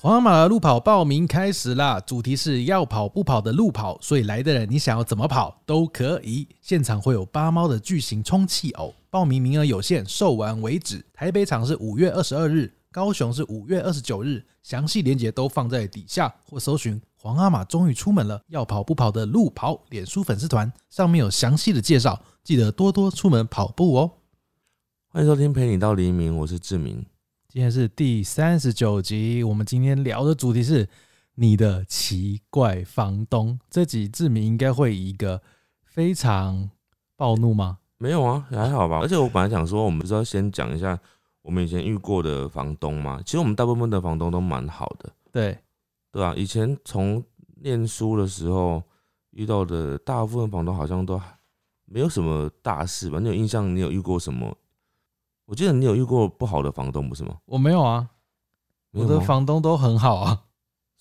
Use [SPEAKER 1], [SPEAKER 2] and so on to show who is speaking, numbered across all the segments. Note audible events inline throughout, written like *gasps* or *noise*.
[SPEAKER 1] 皇阿玛的路跑报名开始啦！主题是要跑不跑的路跑，所以来的人你想要怎么跑都可以。现场会有八猫的巨型充气偶，报名名额有限，售完为止。台北场是五月二十二日，高雄是五月二十九日，详细链接都放在底下或搜寻“皇阿玛终于出门了，要跑不跑的路跑”脸书粉丝团，上面有详细的介绍，记得多多出门跑步哦。
[SPEAKER 2] 欢迎收听《陪你到黎明》，我是志明。
[SPEAKER 1] 今天是第三十九集，我们今天聊的主题是你的奇怪房东。这集志明应该会以一个非常暴怒吗？
[SPEAKER 2] 没有啊，还好吧。而且我本来想说，我们不是要先讲一下我们以前遇过的房东吗？其实我们大部分的房东都蛮好的，
[SPEAKER 1] 对，
[SPEAKER 2] 对啊。以前从念书的时候遇到的大部分房东好像都没有什么大事吧？你有印象？你有遇过什么？我记得你有遇过不好的房东，不是吗？
[SPEAKER 1] 我没有啊，
[SPEAKER 2] 没
[SPEAKER 1] 我
[SPEAKER 2] 有吗
[SPEAKER 1] 的房东都很好啊。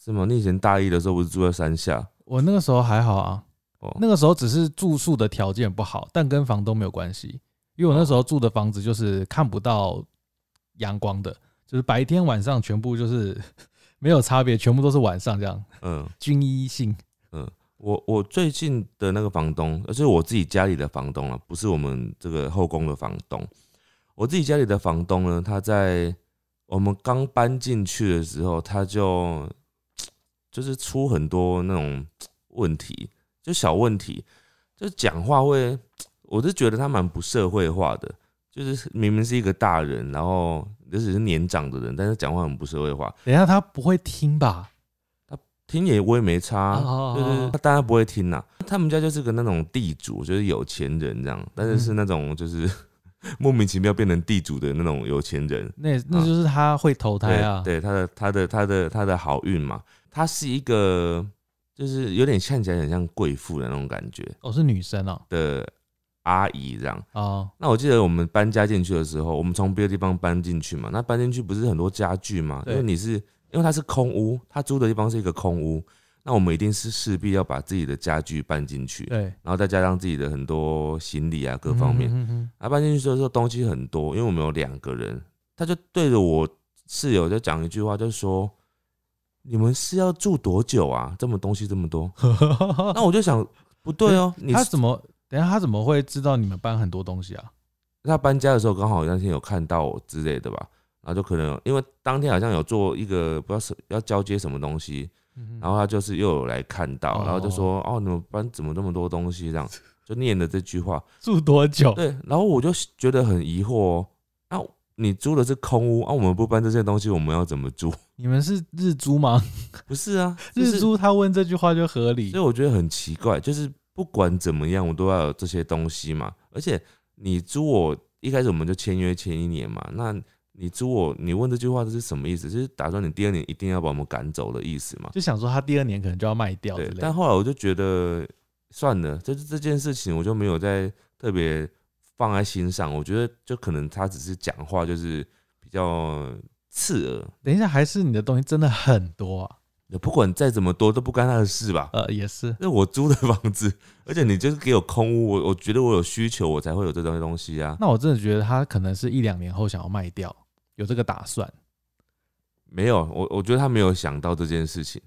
[SPEAKER 2] 是吗？你以前大一的时候不是住在山下？
[SPEAKER 1] 我那个时候还好啊，
[SPEAKER 2] 哦
[SPEAKER 1] 那个时候只是住宿的条件不好，但跟房东没有关系，因为我那时候住的房子就是看不到阳光的，就是白天晚上全部就是 *laughs* 没有差别，全部都是晚上这样，
[SPEAKER 2] 嗯，
[SPEAKER 1] 均一性。
[SPEAKER 2] 我我最近的那个房东，而且我自己家里的房东啊，不是我们这个后宫的房东。我自己家里的房东呢，他在我们刚搬进去的时候，他就就是出很多那种问题，就小问题，就讲话会，我是觉得他蛮不社会化的，就是明明是一个大人，然后而且是年长的人，但是讲话很不社会化。
[SPEAKER 1] 等一下他不会听吧？
[SPEAKER 2] 听也我也没差，啊
[SPEAKER 1] 哦
[SPEAKER 2] 对
[SPEAKER 1] 哦
[SPEAKER 2] 对
[SPEAKER 1] 哦
[SPEAKER 2] 对，大家不会听呐、他们家就是个那种地主，就是有钱人这样，但是是那种就是 *laughs* 莫名其妙变成地主的那种有钱人。
[SPEAKER 1] 那那就是他会投胎啊。
[SPEAKER 2] 啊对对，他的他的他的他的好运嘛，她是一个就是有点看起来很像贵妇的那种感觉
[SPEAKER 1] 哦，是女生哦。
[SPEAKER 2] 的阿姨这样。
[SPEAKER 1] 哦，
[SPEAKER 2] 那我记得我们搬家进去的时候，我们从别的地方搬进去嘛，那搬进去不是很多家具嘛？
[SPEAKER 1] 对
[SPEAKER 2] 因为你是因为它是空屋，他租的地方是一个空屋，那我们一定是势必要把自己的家具搬进去，
[SPEAKER 1] 对，
[SPEAKER 2] 然后再加上自己的很多行李啊各方面。
[SPEAKER 1] 嗯嗯？”
[SPEAKER 2] 啊，搬进去的时候东西很多，因为我们有两个人，他就对着我室友就讲一句话，就说：“你们是要住多久啊？这么东西这么多
[SPEAKER 1] 嗯
[SPEAKER 2] *laughs*
[SPEAKER 1] *laughs*
[SPEAKER 2] 那我就想，不对哦，你
[SPEAKER 1] 他怎么？等一下他怎么会知道你们搬很多东西啊？
[SPEAKER 2] 他搬家的时候刚好那天有看到我之类的吧，然后就可能因为当天好像有做一个不知道是要交接什么东西，
[SPEAKER 1] 嗯
[SPEAKER 2] 然后他就是又有来看到
[SPEAKER 1] 哦，
[SPEAKER 2] 然后就说哦你们班怎么那么多东西这样，就念了这句话，
[SPEAKER 1] *laughs* 住多久？
[SPEAKER 2] 对，然后我就觉得很疑惑哦，啊你租的是空屋啊，我们不搬这些东西，我们要怎么住？
[SPEAKER 1] 你们是日租吗？
[SPEAKER 2] *laughs*
[SPEAKER 1] *laughs*
[SPEAKER 2] 不是啊，就是
[SPEAKER 1] 日租他问这句话就合理
[SPEAKER 2] 所以。我觉得很奇怪，就是不管怎么样，我都要有这些东西嘛。而且你租我一开始我们就签约签一年嘛，那你租我，你问这句话这是什么意思？就是打算你第二年一定要把我们赶走的意思嘛？
[SPEAKER 1] 就想说他第二年可能就要卖掉之
[SPEAKER 2] 对
[SPEAKER 1] 类。的。
[SPEAKER 2] 但后来我就觉得算了，就是这件事情我就没有再特别放在心上。我觉得就可能他只是讲话就是比较刺耳。
[SPEAKER 1] 等一下，还是你的东西真的很多啊？ *laughs*
[SPEAKER 2] 不管再怎么多都不干他的事吧。
[SPEAKER 1] 呃，也是。
[SPEAKER 2] 那我租的房子， *laughs* 而且你就是给我空屋，我我觉得我有需求，我才会有这些东西啊。
[SPEAKER 1] 那我真的觉得他可能是一两年后想要卖掉，有这个打算。
[SPEAKER 2] 没有，我我觉得他没有想到这件事情。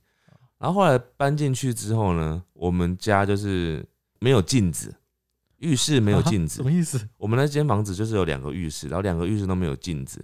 [SPEAKER 2] 然后后来搬进去之后呢，我们家就是没有镜子，浴室没有镜
[SPEAKER 1] 啊
[SPEAKER 2] 子
[SPEAKER 1] 什么。意思？
[SPEAKER 2] 我们那间房子就是有两个浴室，然后两个浴室都没有镜子，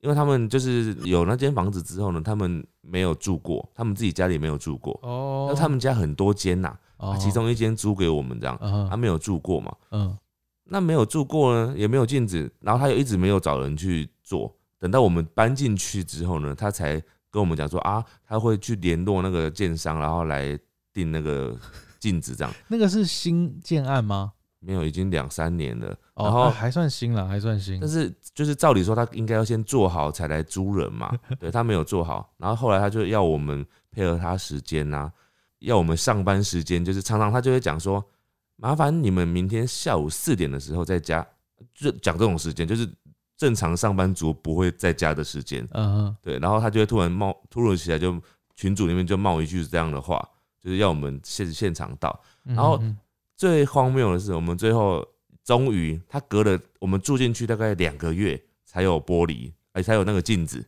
[SPEAKER 2] 因为他们就是有那间房子之后呢，他们没有住过，他们自己家里没有住过。
[SPEAKER 1] 哦
[SPEAKER 2] 那他们家很多间呐、啊
[SPEAKER 1] 哦
[SPEAKER 2] 其中一间租给我们这样，
[SPEAKER 1] 嗯
[SPEAKER 2] 他没有住过嘛。
[SPEAKER 1] 嗯
[SPEAKER 2] 那没有住过呢，也没有镜子，然后他又一直没有找人去做。等到我们搬进去之后呢，他才跟我们讲说啊，他会去联络那个建商，然后来订那个镜子，这样
[SPEAKER 1] 那个是新建案吗？
[SPEAKER 2] 没有已经两三年了。
[SPEAKER 1] 哦，
[SPEAKER 2] 然后
[SPEAKER 1] 啊还算新了，还算新
[SPEAKER 2] 但。是就是照理说，他应该要先做好才来租人嘛，对他没有做好，然后后来他就要我们配合他时间呐、要我们上班时间，就是常常他就会讲说，麻烦你们明天下午四点的时候在家，就讲这种时间，就是正常上班族不会在家的时间，
[SPEAKER 1] 嗯
[SPEAKER 2] 对，然后他就会突然冒，突如其来就群组里面就冒一句这样的话，就是要我们现现场到，
[SPEAKER 1] 哼，
[SPEAKER 2] 然后
[SPEAKER 1] 嗯
[SPEAKER 2] 最荒谬的是，我们最后终于，他隔了我们住进去大概两个月才有玻璃，哎，才有那个镜子。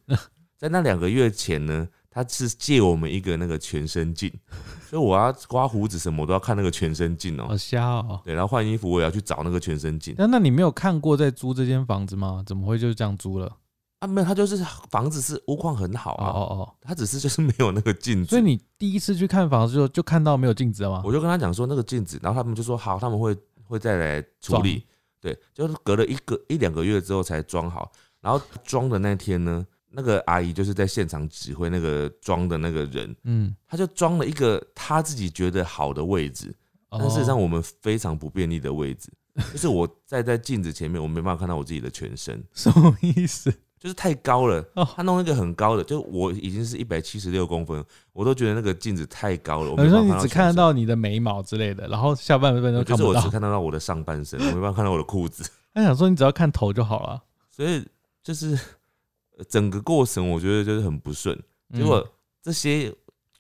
[SPEAKER 2] 在那两个月前呢，他是借我们一个那个全身镜， *laughs* 所以我要刮胡子什么，我都要看那个全身镜哦、
[SPEAKER 1] 好瞎哦。
[SPEAKER 2] 对，然后换衣服我也要去找那个全身镜。
[SPEAKER 1] 那那你没有看过在租这间房子吗？怎么会就这样租了？
[SPEAKER 2] 啊，没有，他就是房子是屋况很好
[SPEAKER 1] 哦
[SPEAKER 2] 啊，
[SPEAKER 1] 哦
[SPEAKER 2] 他只是就是没有那个镜
[SPEAKER 1] 哦，
[SPEAKER 2] 子。
[SPEAKER 1] 所以你第一次去看房子就就看到没有镜子了啊吗？
[SPEAKER 2] 我就跟他讲说那个镜子，然后他们就说好，他们会会再来处理。对，就是隔了一个一两个月之后才装好，然后装的那天呢，那个阿姨就是在现场指挥那个装的那个人，
[SPEAKER 1] 嗯，
[SPEAKER 2] 他就装了一个他自己觉得好的位置，
[SPEAKER 1] 哦
[SPEAKER 2] 但事实上我们非常不便利的位置，就是我站在镜子前面，我没办法看到我自己的全身，
[SPEAKER 1] *laughs* 什么意思？
[SPEAKER 2] 就是太高了。
[SPEAKER 1] 哦
[SPEAKER 2] 他弄一个很高的，就我已经是一百七十六公分，我都觉得那个镜子太高了。我没
[SPEAKER 1] 你说
[SPEAKER 2] 办
[SPEAKER 1] 你
[SPEAKER 2] 法
[SPEAKER 1] 只
[SPEAKER 2] 看
[SPEAKER 1] 看得
[SPEAKER 2] 到全身
[SPEAKER 1] 到你的眉毛之类的，然后下半部分都
[SPEAKER 2] 就
[SPEAKER 1] 看
[SPEAKER 2] 是
[SPEAKER 1] 不
[SPEAKER 2] 我
[SPEAKER 1] 到
[SPEAKER 2] 只。看得到我的上半身，我没办法看到我的裤子， *laughs*
[SPEAKER 1] 他想说你只要看头就好了。
[SPEAKER 2] 所以就是呃整个过程我觉得就是很不顺。
[SPEAKER 1] 嗯
[SPEAKER 2] 结果这些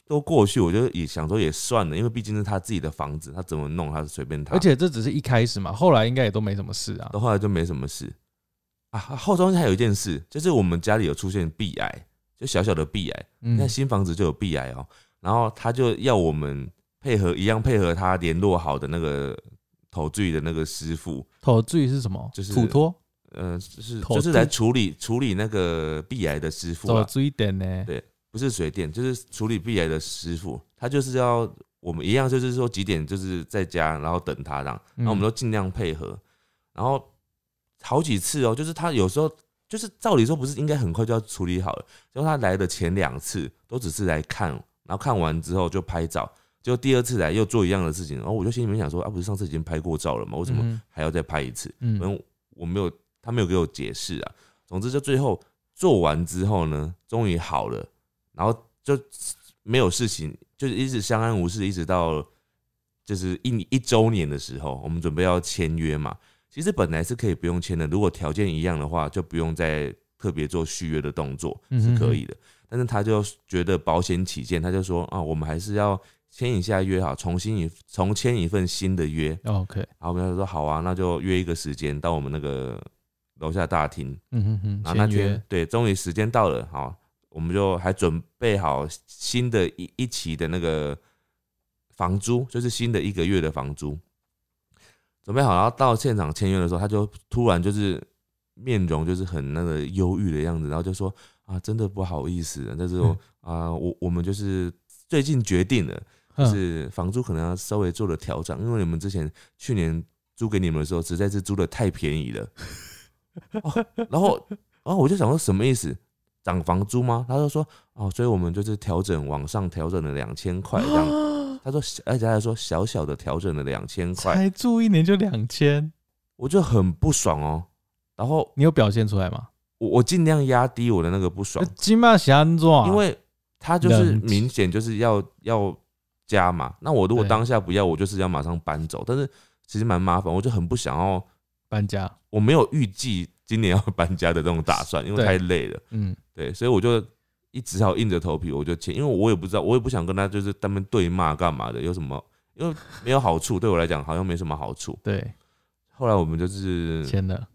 [SPEAKER 2] 都过去，我就也想说也算了，因为毕竟是他自己的房子，他怎么弄他是随便他。
[SPEAKER 1] 而且这只是一开始嘛，后来应该也都没什么事啊。
[SPEAKER 2] 到后来就没什么事啊。后中间还有一件事，就是我们家里有出现壁癌，就小小的壁癌，
[SPEAKER 1] 嗯
[SPEAKER 2] 你看新房子就有壁癌哦。然后他就要我们配合一样配合他联络好的那个投注的那个师傅，
[SPEAKER 1] 头最是什么？
[SPEAKER 2] 就是
[SPEAKER 1] 土托，
[SPEAKER 2] 呃，就是
[SPEAKER 1] 投
[SPEAKER 2] 就是来
[SPEAKER 1] 资
[SPEAKER 2] 处理处理那个壁癌的师傅
[SPEAKER 1] 走
[SPEAKER 2] 啦，
[SPEAKER 1] 注意点呢。
[SPEAKER 2] 啊对不是水电，就是处理壁癌的师傅，他就是要我们一样，就是说几点就是在家，然后等他这样，
[SPEAKER 1] 嗯
[SPEAKER 2] 然后我们都尽量配合，然后好几次哦、就是他有时候就是照理说不是应该很快就要处理好了，结果他来的前两次都只是来看，然后看完之后就拍照，结果第二次来又做一样的事情，然后我就心里面想说啊，不是上次已经拍过照了吗？为什么
[SPEAKER 1] 嗯
[SPEAKER 2] 还要再拍一次？
[SPEAKER 1] 嗯
[SPEAKER 2] 反正我没有，他没有给我解释啊。总之，就最后做完之后呢，终于好了，然后就没有事情，就是一直相安无事，一直到就是一一周年的时候，我们准备要签约嘛。其实本来是可以不用签的，如果条件一样的话，就不用再特别做续约的动作
[SPEAKER 1] 嗯
[SPEAKER 2] 是
[SPEAKER 1] 哼
[SPEAKER 2] 可以的。但是他就觉得保险起见，他就说啊，我们还是要签一下约好，重新一重签一份新的约。
[SPEAKER 1] 哦 OK，
[SPEAKER 2] 然后我们就说好啊，那就约一个时间到我们那个楼下大厅。
[SPEAKER 1] 嗯哼哼，
[SPEAKER 2] 然后那
[SPEAKER 1] 签
[SPEAKER 2] 天
[SPEAKER 1] 约，
[SPEAKER 2] 对，终于时间到了，好，我们就还准备好新的一一期的那个房租，就是新的一个月的房租，准备好，然后到现场签约的时候，他就突然就是面容就是很那个忧郁的样子，然后就说啊，真的不好意思，但是
[SPEAKER 1] *laughs*
[SPEAKER 2] 我、啊，我我们就是最近决定了。就
[SPEAKER 1] 嗯
[SPEAKER 2] 是房租可能要稍微做了调整，因为你们之前去年租给你们的时候，实在是租的太便宜了。 *laughs* 哦然后，然后我就想说什么意思？涨房租吗？他就说哦，所以我们就是调整往上调整了两千块
[SPEAKER 1] 啊
[SPEAKER 2] 这样。他说，而且他还说小小的调整了两千块，
[SPEAKER 1] 才住一年就两千，
[SPEAKER 2] 我就很不爽哦。然后
[SPEAKER 1] 你有表现出来吗？
[SPEAKER 2] 我我尽量压低我的那个不爽，
[SPEAKER 1] 金马喜安做，啊
[SPEAKER 2] 因为他就是
[SPEAKER 1] 冷
[SPEAKER 2] 明显就是要要加嘛。那我如果
[SPEAKER 1] 对
[SPEAKER 2] 当下不要，我就是要马上搬走。但是其实蛮麻烦，我就很不想要，
[SPEAKER 1] 搬家，
[SPEAKER 2] 我没有预计今年要搬家的这种打算，因为
[SPEAKER 1] 对
[SPEAKER 2] 太累了。
[SPEAKER 1] 嗯，
[SPEAKER 2] 对，所以我就一直好硬着头皮，我就签，因为我也不知道，我也不想跟他就是当面对骂干嘛的，有什么？因为没有好处，对我来讲好像没什么好处。
[SPEAKER 1] 对，
[SPEAKER 2] 后来我们就是，
[SPEAKER 1] 签了。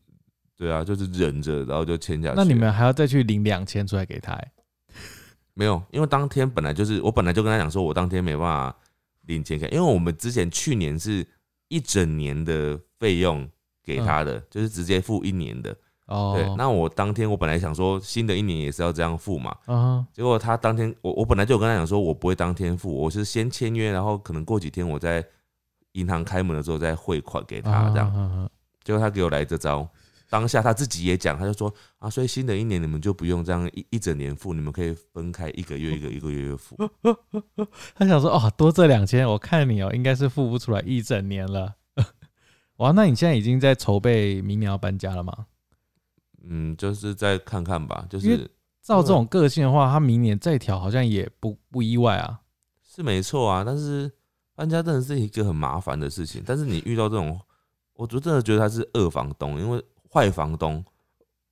[SPEAKER 2] 对啊，就是忍着，然后就签下去。
[SPEAKER 1] 那你们还要再去领两千出来给他、欸？
[SPEAKER 2] 没有，因为当天本来就是我本来就跟他讲说，我当天没办法领钱给，因为我们之前去年是一整年的费用给他的，就是直接付一年的。
[SPEAKER 1] 哦，
[SPEAKER 2] 对，那我当天我本来想说新的一年也是要这样付嘛，
[SPEAKER 1] 啊，
[SPEAKER 2] 结果他当天我我本来就有跟他讲说，我不会当天付，我是先签约，然后可能过几天我在银行开门的时候再汇款给
[SPEAKER 1] 啊
[SPEAKER 2] 他这样。
[SPEAKER 1] 样，
[SPEAKER 2] 结果他给我来这招，当下他自己也讲，他就说啊，所以新的一年你们就不用这样一一整年付，你们可以分开一个月一个一个月付。
[SPEAKER 1] 他想说哦，多这两千，我看你哦，应该是付不出来一整年了。 *laughs* 哇，那你现在已经在筹备明年要搬家了吗？
[SPEAKER 2] 嗯，就是再看看吧，就
[SPEAKER 1] 因
[SPEAKER 2] 是
[SPEAKER 1] 照这种个性的话，他明年再调好像也不不意外啊。
[SPEAKER 2] 是没错啊，但是搬家真的是一个很麻烦的事情。但是你遇到这种，我就真的觉得他是恶房东，因为坏房东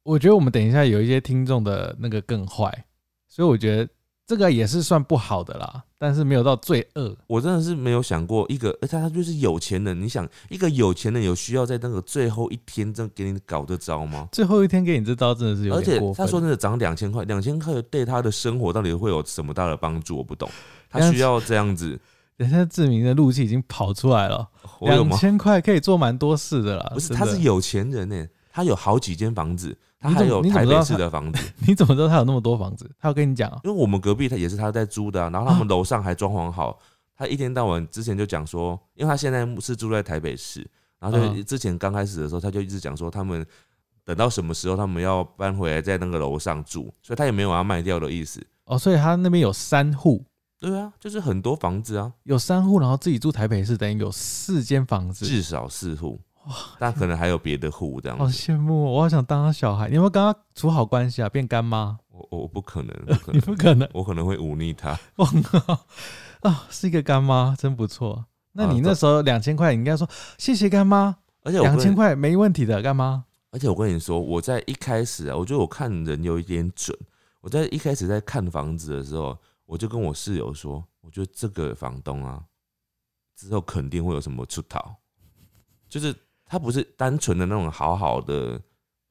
[SPEAKER 1] 我觉得我们等一下有一些听众的那个更坏，所以我觉得这个也是算不好的啦，但是没有到最恶。
[SPEAKER 2] 我真的是没有想过一个，而且他就是有钱人。你想，一个有钱人有需要在那个最后一天真的给你搞这招吗？
[SPEAKER 1] 最后一天给你这刀真的是有
[SPEAKER 2] 而且
[SPEAKER 1] 点过分。
[SPEAKER 2] 他说真的涨两千块，两千块对他的生活到底会有什么大的帮助？我不懂，他
[SPEAKER 1] 但是
[SPEAKER 2] 需要这样子，
[SPEAKER 1] 人家志明的怒气已经跑出来了，
[SPEAKER 2] 我有
[SPEAKER 1] 两
[SPEAKER 2] 吗？
[SPEAKER 1] 千块可以做蛮多事的啦。
[SPEAKER 2] 不是，
[SPEAKER 1] 真
[SPEAKER 2] 他
[SPEAKER 1] 的
[SPEAKER 2] 是有钱人呢、欸他有好几间房子，他
[SPEAKER 1] 你怎
[SPEAKER 2] 还
[SPEAKER 1] 么
[SPEAKER 2] 有
[SPEAKER 1] 你怎么
[SPEAKER 2] 台
[SPEAKER 1] 知道
[SPEAKER 2] 北市
[SPEAKER 1] 他
[SPEAKER 2] 的房子，
[SPEAKER 1] 你怎么知道他有那么多房子？他有跟你讲哦、
[SPEAKER 2] 因为我们隔壁他也是他在租的、啊，然
[SPEAKER 1] 嗯
[SPEAKER 2] 后他们楼上还装潢好，他一天到晚之前就讲说，因为他现在是住在台北市，然后就
[SPEAKER 1] 嗯
[SPEAKER 2] 之前刚开始的时候他就一直讲说他们等到什么时候他们要搬回来在那个楼上住，所以他也没有要卖掉的意思。
[SPEAKER 1] 哦，所以他那边有三户，
[SPEAKER 2] 对啊，就是很多房子啊，
[SPEAKER 1] 有三户，然后自己住台北市，等于有四间房子，
[SPEAKER 2] 至少四户，但可能还有别的户这样
[SPEAKER 1] 好
[SPEAKER 2] 子。
[SPEAKER 1] 羡慕哦！我好想当他小孩。你有没有跟他处好关系啊？变干妈？ *laughs*
[SPEAKER 2] 我我我不可能，不可
[SPEAKER 1] 你
[SPEAKER 2] 能，
[SPEAKER 1] 不可能，
[SPEAKER 2] 我可能会忤
[SPEAKER 1] *laughs*
[SPEAKER 2] 逆他。
[SPEAKER 1] 我靠！啊，是一个干妈，真不错。那
[SPEAKER 2] 啊
[SPEAKER 1] 你那
[SPEAKER 2] 这
[SPEAKER 1] 时候两千块，你应该说谢谢干妈，
[SPEAKER 2] 而且我
[SPEAKER 1] 两
[SPEAKER 2] 跟
[SPEAKER 1] 千
[SPEAKER 2] 你
[SPEAKER 1] 块没问题的，干妈。
[SPEAKER 2] 而且我跟你说，我在一开始啊，我觉得我看人有一点准。我在一开始在看房子的时候，我就跟我室友说，我觉得这个房东啊，之后肯定会有什么出逃，就是他不是单纯的那种好好的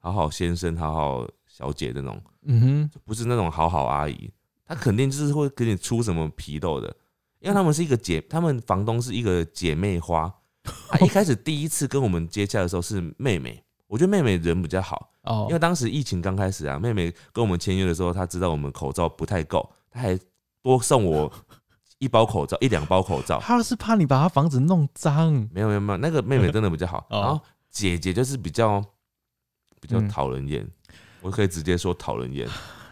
[SPEAKER 2] 好好先生、好好小姐那种，
[SPEAKER 1] 嗯
[SPEAKER 2] 不是那种好好阿姨，她肯定就是会给你出什么纰漏的，因为他们是一个姐，他们房东是一个姐妹
[SPEAKER 1] *laughs*
[SPEAKER 2] 花。她一开始第一次跟我们接洽的时候是妹妹，我觉得妹妹人比较好，
[SPEAKER 1] 哼，哦
[SPEAKER 2] 因为，当时疫情刚开始啊，妹妹跟我们签约的时候，她知道我们口罩不太够，她还多送我一包口
[SPEAKER 1] *laughs*
[SPEAKER 2] 罩，一两包口罩。
[SPEAKER 1] 他是怕你把他房子弄脏。
[SPEAKER 2] 没有没有没有，那个妹妹真的比较好，
[SPEAKER 1] 哦
[SPEAKER 2] 然后姐姐就是比较比较
[SPEAKER 1] 嗯
[SPEAKER 2] 讨人厌，我可以直接说讨人厌。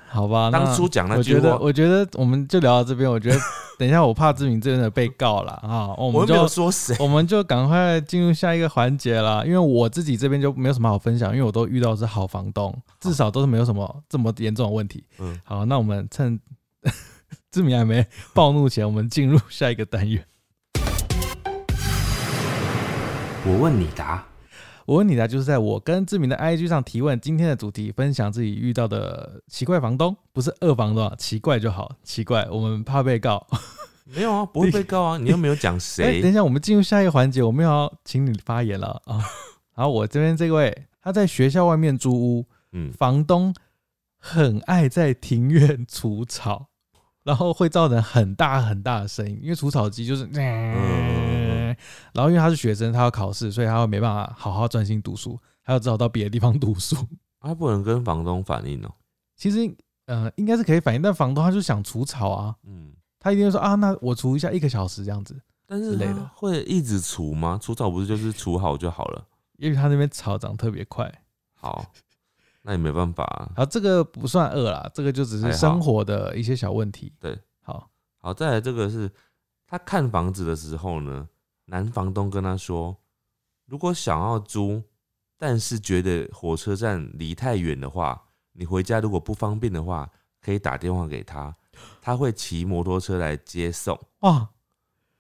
[SPEAKER 1] 好吧，那
[SPEAKER 2] 当初讲那
[SPEAKER 1] 我
[SPEAKER 2] 句
[SPEAKER 1] 觉得，
[SPEAKER 2] 话，
[SPEAKER 1] 我觉得我们就聊到这边。我觉得等一下，我怕志明真的被告了啊，我
[SPEAKER 2] 我
[SPEAKER 1] 们
[SPEAKER 2] 又没
[SPEAKER 1] 就
[SPEAKER 2] 有说 *laughs* 谁。
[SPEAKER 1] 我们就赶快进入下一个环节啦。因为我自己这边就没有什么好分享，因为我都遇到的是好房东，至少都是没有什么这么严重的问题。
[SPEAKER 2] 嗯
[SPEAKER 1] 好，那我们趁 *laughs* 志明还没暴怒前，我们进入下一个单元。
[SPEAKER 3] 我问你答，
[SPEAKER 1] 我问你的就是在我跟志明的 IG 上提问今天的主题，分享自己遇到的奇怪房东，不是恶房东啊，奇怪就好，奇怪，我们怕被告。
[SPEAKER 2] 没有啊，不会被告
[SPEAKER 1] *laughs*
[SPEAKER 2] 啊，你又没有讲
[SPEAKER 1] 哎、等
[SPEAKER 2] 谁
[SPEAKER 1] 一。下，我们进入下一个环节，我们要请你发言了啊。好，我这边这位，他在学校外面租屋，
[SPEAKER 2] 嗯，
[SPEAKER 1] 房东很爱在庭院除草， *laughs* 然后会造成很大很大的声音，因为除草机就是，
[SPEAKER 2] 嗯
[SPEAKER 1] 然后因为他是学生，他要考试，所以他会没办法好好专心读书，他要只好到别的地方读书。 *laughs*
[SPEAKER 2] 他啊不能跟房东反映哦。
[SPEAKER 1] 其实，呃，应该是可以反映，但房东他就想除草啊，
[SPEAKER 2] 嗯，
[SPEAKER 1] 他一定会说啊，那我除一下一个小时这样子，
[SPEAKER 2] 但
[SPEAKER 1] 之
[SPEAKER 2] 是
[SPEAKER 1] 类
[SPEAKER 2] 他
[SPEAKER 1] 的
[SPEAKER 2] 会一直除吗？除草不是就是除好就好了？
[SPEAKER 1] 因为他那边草长特别快。
[SPEAKER 2] 好，那也没办法、啊。
[SPEAKER 1] 好，这个不算恶啦，这个就只
[SPEAKER 2] 还
[SPEAKER 1] 是
[SPEAKER 2] 好
[SPEAKER 1] 生活的一些小问题。
[SPEAKER 2] 对，
[SPEAKER 1] 好，
[SPEAKER 2] 好，再来这个是他看房子的时候呢，男房东跟他说，如果想要租，但是觉得火车站离太远的话，你回家如果不方便的话，可以打电话给他，他会骑摩托车来接送。
[SPEAKER 1] 哇，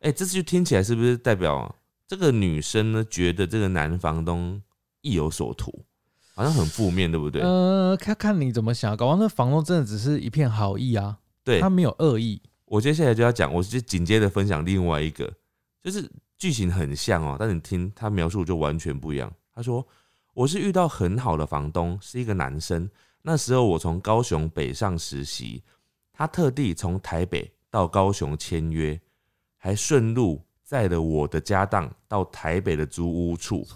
[SPEAKER 2] 哎、这就听起来是不是代表这个女生呢，觉得这个男房东意有所图，好像很负面，对不对？
[SPEAKER 1] 呃，看看你怎么想，搞不好那房东真的只是一片好意啊，
[SPEAKER 2] 对
[SPEAKER 1] 他，没有恶意。
[SPEAKER 2] 我接下来就要讲，我就紧接着分享另外一个，就是剧情很像哦，但你听他描述就完全不一样。他说：“我是遇到很好的房东，是一个男生。那时候我从高雄北上实习，他特地从台北到高雄签约，还顺路载了我的家当到台北的租屋处。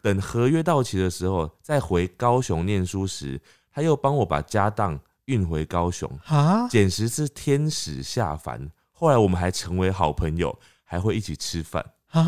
[SPEAKER 2] 等合约到期的时候，再回高雄念书时，他又帮我把家当运回高雄。”
[SPEAKER 1] 啊，
[SPEAKER 2] 简直是天使下凡。后来我们还成为好朋友，还会一起吃饭。
[SPEAKER 1] 啊，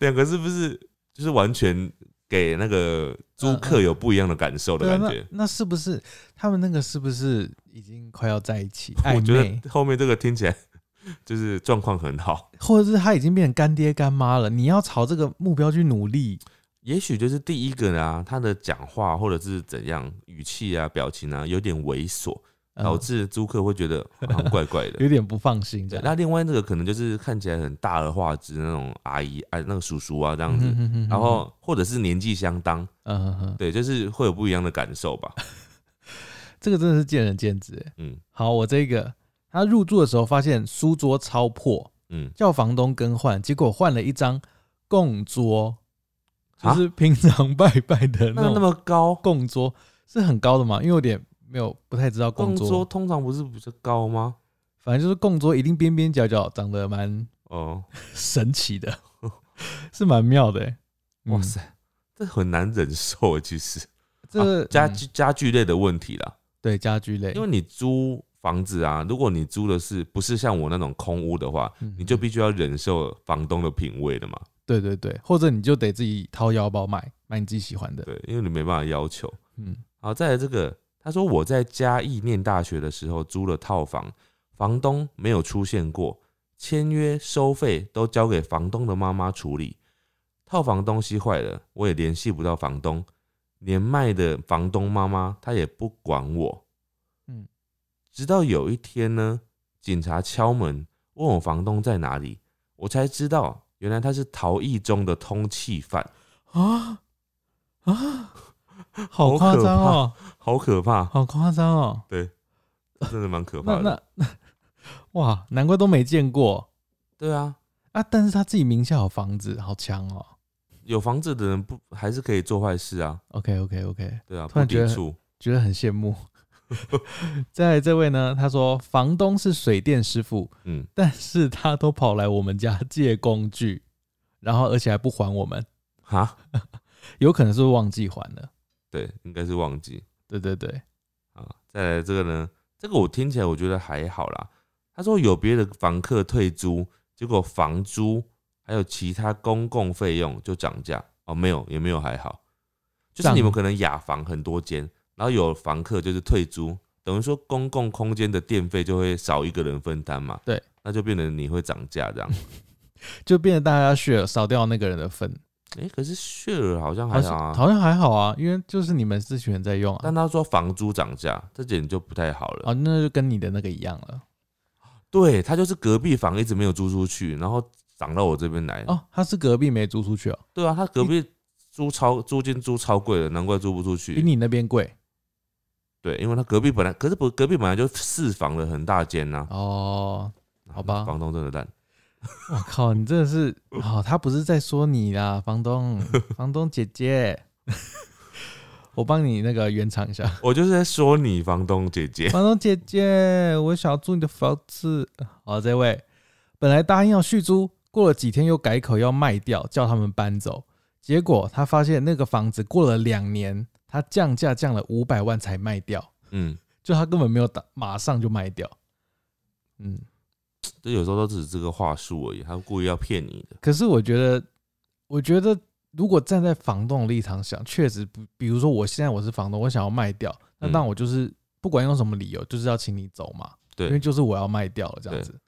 [SPEAKER 2] 两个是不是就是完全给那个租客有不一样的感受的
[SPEAKER 1] 对啊，
[SPEAKER 2] 感
[SPEAKER 1] 那
[SPEAKER 2] 觉？
[SPEAKER 1] 那是不是他们那个是不是已经快要在一起
[SPEAKER 2] 我
[SPEAKER 1] 暧
[SPEAKER 2] 觉
[SPEAKER 1] 昧，
[SPEAKER 2] 得后面这个听起来 *laughs* 就是状况很好，
[SPEAKER 1] 或者是他已经变成干爹干妈了？你要朝这个目标去努力。
[SPEAKER 2] *laughs* 也许就是第一个呢，他的讲话或者是怎样语气啊、表情啊有点猥琐，
[SPEAKER 1] 呃
[SPEAKER 2] *laughs* 导致租客会觉得好像怪怪的。 *laughs*
[SPEAKER 1] 有点不放心这
[SPEAKER 2] 对
[SPEAKER 1] 样。
[SPEAKER 2] 那另外那个可能就是看起来很大而化之那种阿姨啊，那个叔叔啊这样子，
[SPEAKER 1] 嗯
[SPEAKER 2] 然，后或者是年纪相当，
[SPEAKER 1] 嗯哼哼，
[SPEAKER 2] 对，就是会有不一样的感受吧。
[SPEAKER 1] 这个真的是见仁见智欸。
[SPEAKER 2] 嗯，
[SPEAKER 1] 好，我这个他入住的时候发现书桌超破，
[SPEAKER 2] 嗯，
[SPEAKER 1] 叫房东更换，结果换了一张供桌，就
[SPEAKER 2] 啊
[SPEAKER 1] 是平常拜拜的那
[SPEAKER 2] 那
[SPEAKER 1] 种
[SPEAKER 2] 那么高，
[SPEAKER 1] 供桌，是很高的嘛？因为我有点没有不太知道供
[SPEAKER 2] 供
[SPEAKER 1] 桌，
[SPEAKER 2] 桌通常不是比较高吗？
[SPEAKER 1] 反正就是供桌一定边边角角长得蛮
[SPEAKER 2] 哦，
[SPEAKER 1] 神奇
[SPEAKER 2] *laughs*
[SPEAKER 1] 的，是蛮妙的、欸。
[SPEAKER 2] 哇
[SPEAKER 1] 嗯，
[SPEAKER 2] 塞，这很难忍受诶，欸其实
[SPEAKER 1] 这
[SPEAKER 2] 啊家
[SPEAKER 1] 嗯
[SPEAKER 2] 具家具类的问题啦，
[SPEAKER 1] 对家居类，
[SPEAKER 2] 因为你租房子啊，如果你租的是不是像我那种空屋的话，
[SPEAKER 1] 嗯
[SPEAKER 2] 你就必须要忍受房东的品味了嘛，
[SPEAKER 1] 对对对，或者你就得自己掏腰包买买你自己喜欢的。
[SPEAKER 2] 对，因为你没办法要求。
[SPEAKER 1] 嗯，
[SPEAKER 2] 好，再来这个，他说我在嘉义念大学的时候租了套房，房东没有出现过，签约收费都交给房东的妈妈处理。套房东西坏了，我也联系不到房东，年迈的房东妈妈她也不管我。
[SPEAKER 1] 嗯
[SPEAKER 2] 嗯，直到有一天呢，警察敲门问我房东在哪里，我才知道原来他是逃逸中的通缉犯， *laughs*
[SPEAKER 1] 啊啊，好夸张哦，
[SPEAKER 2] 好可怕，
[SPEAKER 1] 好夸张哦。
[SPEAKER 2] 真的蛮可
[SPEAKER 1] 那
[SPEAKER 2] 怕的。
[SPEAKER 1] 那哇，难怪都没见过
[SPEAKER 2] 对啊，
[SPEAKER 1] 啊！但是他自己名下有房子，好强哦。
[SPEAKER 2] 有房子的人不还是可以做坏事啊？
[SPEAKER 1] OK OK OK，
[SPEAKER 2] 对啊，
[SPEAKER 1] 突
[SPEAKER 2] 不
[SPEAKER 1] 然觉
[SPEAKER 2] 抵
[SPEAKER 1] 得
[SPEAKER 2] 触。
[SPEAKER 1] 觉得很羡慕。 *laughs* 再来这位呢，他说房东是水电师傅，
[SPEAKER 2] 嗯，
[SPEAKER 1] 但是他都跑来我们家借工具，然后而且还不还我们，
[SPEAKER 2] 哈，
[SPEAKER 1] 有可能是忘记还了。
[SPEAKER 2] 对，应该是忘记
[SPEAKER 1] 对对对，
[SPEAKER 2] 啊。再来这个呢，这个我听起来我觉得还好啦。他说有别的房客退租，结果房租还有其他公共费用就涨价哦，没有也没有还好，就是
[SPEAKER 1] 涨
[SPEAKER 2] 你们可能雅房很多间，然后有房客就是退租，等于说公共空间的电费就会少一个人分担嘛，
[SPEAKER 1] 对，
[SPEAKER 2] 那就变成你会涨价这样。
[SPEAKER 1] 就变得大家 share 少掉那个人的份，
[SPEAKER 2] 哎、可是 share 好像还
[SPEAKER 1] 好
[SPEAKER 2] 好
[SPEAKER 1] 像
[SPEAKER 2] 啊，
[SPEAKER 1] 好像还好啊，因为就是你们自己人在用啊，
[SPEAKER 2] 但他说房租涨价，这点就不太好了。
[SPEAKER 1] 哦，那就跟你的那个一样了。
[SPEAKER 2] 对他就是隔壁房一直没有租出去，然后涨到我这边来。
[SPEAKER 1] 哦，他是隔壁没租出去哦，
[SPEAKER 2] 对啊，他隔壁租超租金租超贵了，难怪租不出
[SPEAKER 1] 比
[SPEAKER 2] 去。
[SPEAKER 1] 你那边贵
[SPEAKER 2] 对，因为他隔壁本来可是不隔壁本来就四房了，很大间呐、
[SPEAKER 1] 哦。好吧
[SPEAKER 2] 房东真的烂。
[SPEAKER 1] 我靠，你真的是哦，他不是在说你啦，房东，房东姐姐，我帮你那个圆场一
[SPEAKER 2] *laughs*
[SPEAKER 1] 下，
[SPEAKER 2] 我就是在说你房东姐姐，
[SPEAKER 1] 房东姐姐，我想要住你的房子。好，这位本来答应要续租，过了几天又改口要卖掉，叫他们搬走。结果他发现那个房子过了两年，他降价降了五百万才卖掉，
[SPEAKER 2] 嗯，
[SPEAKER 1] 就他根本没有打，马上就卖掉。嗯，
[SPEAKER 2] 这有时候都只是这个话术而已，他故意要骗你的。
[SPEAKER 1] 可是我觉得，我觉得如果站在房东的立场想，确实不，比如说我现在我是房东，我想要卖掉，那
[SPEAKER 2] 嗯
[SPEAKER 1] 当然我就是、不管用什么理由，就是要请你走嘛，因为
[SPEAKER 2] 对
[SPEAKER 1] 就是我要卖掉了这样
[SPEAKER 2] 对
[SPEAKER 1] 子。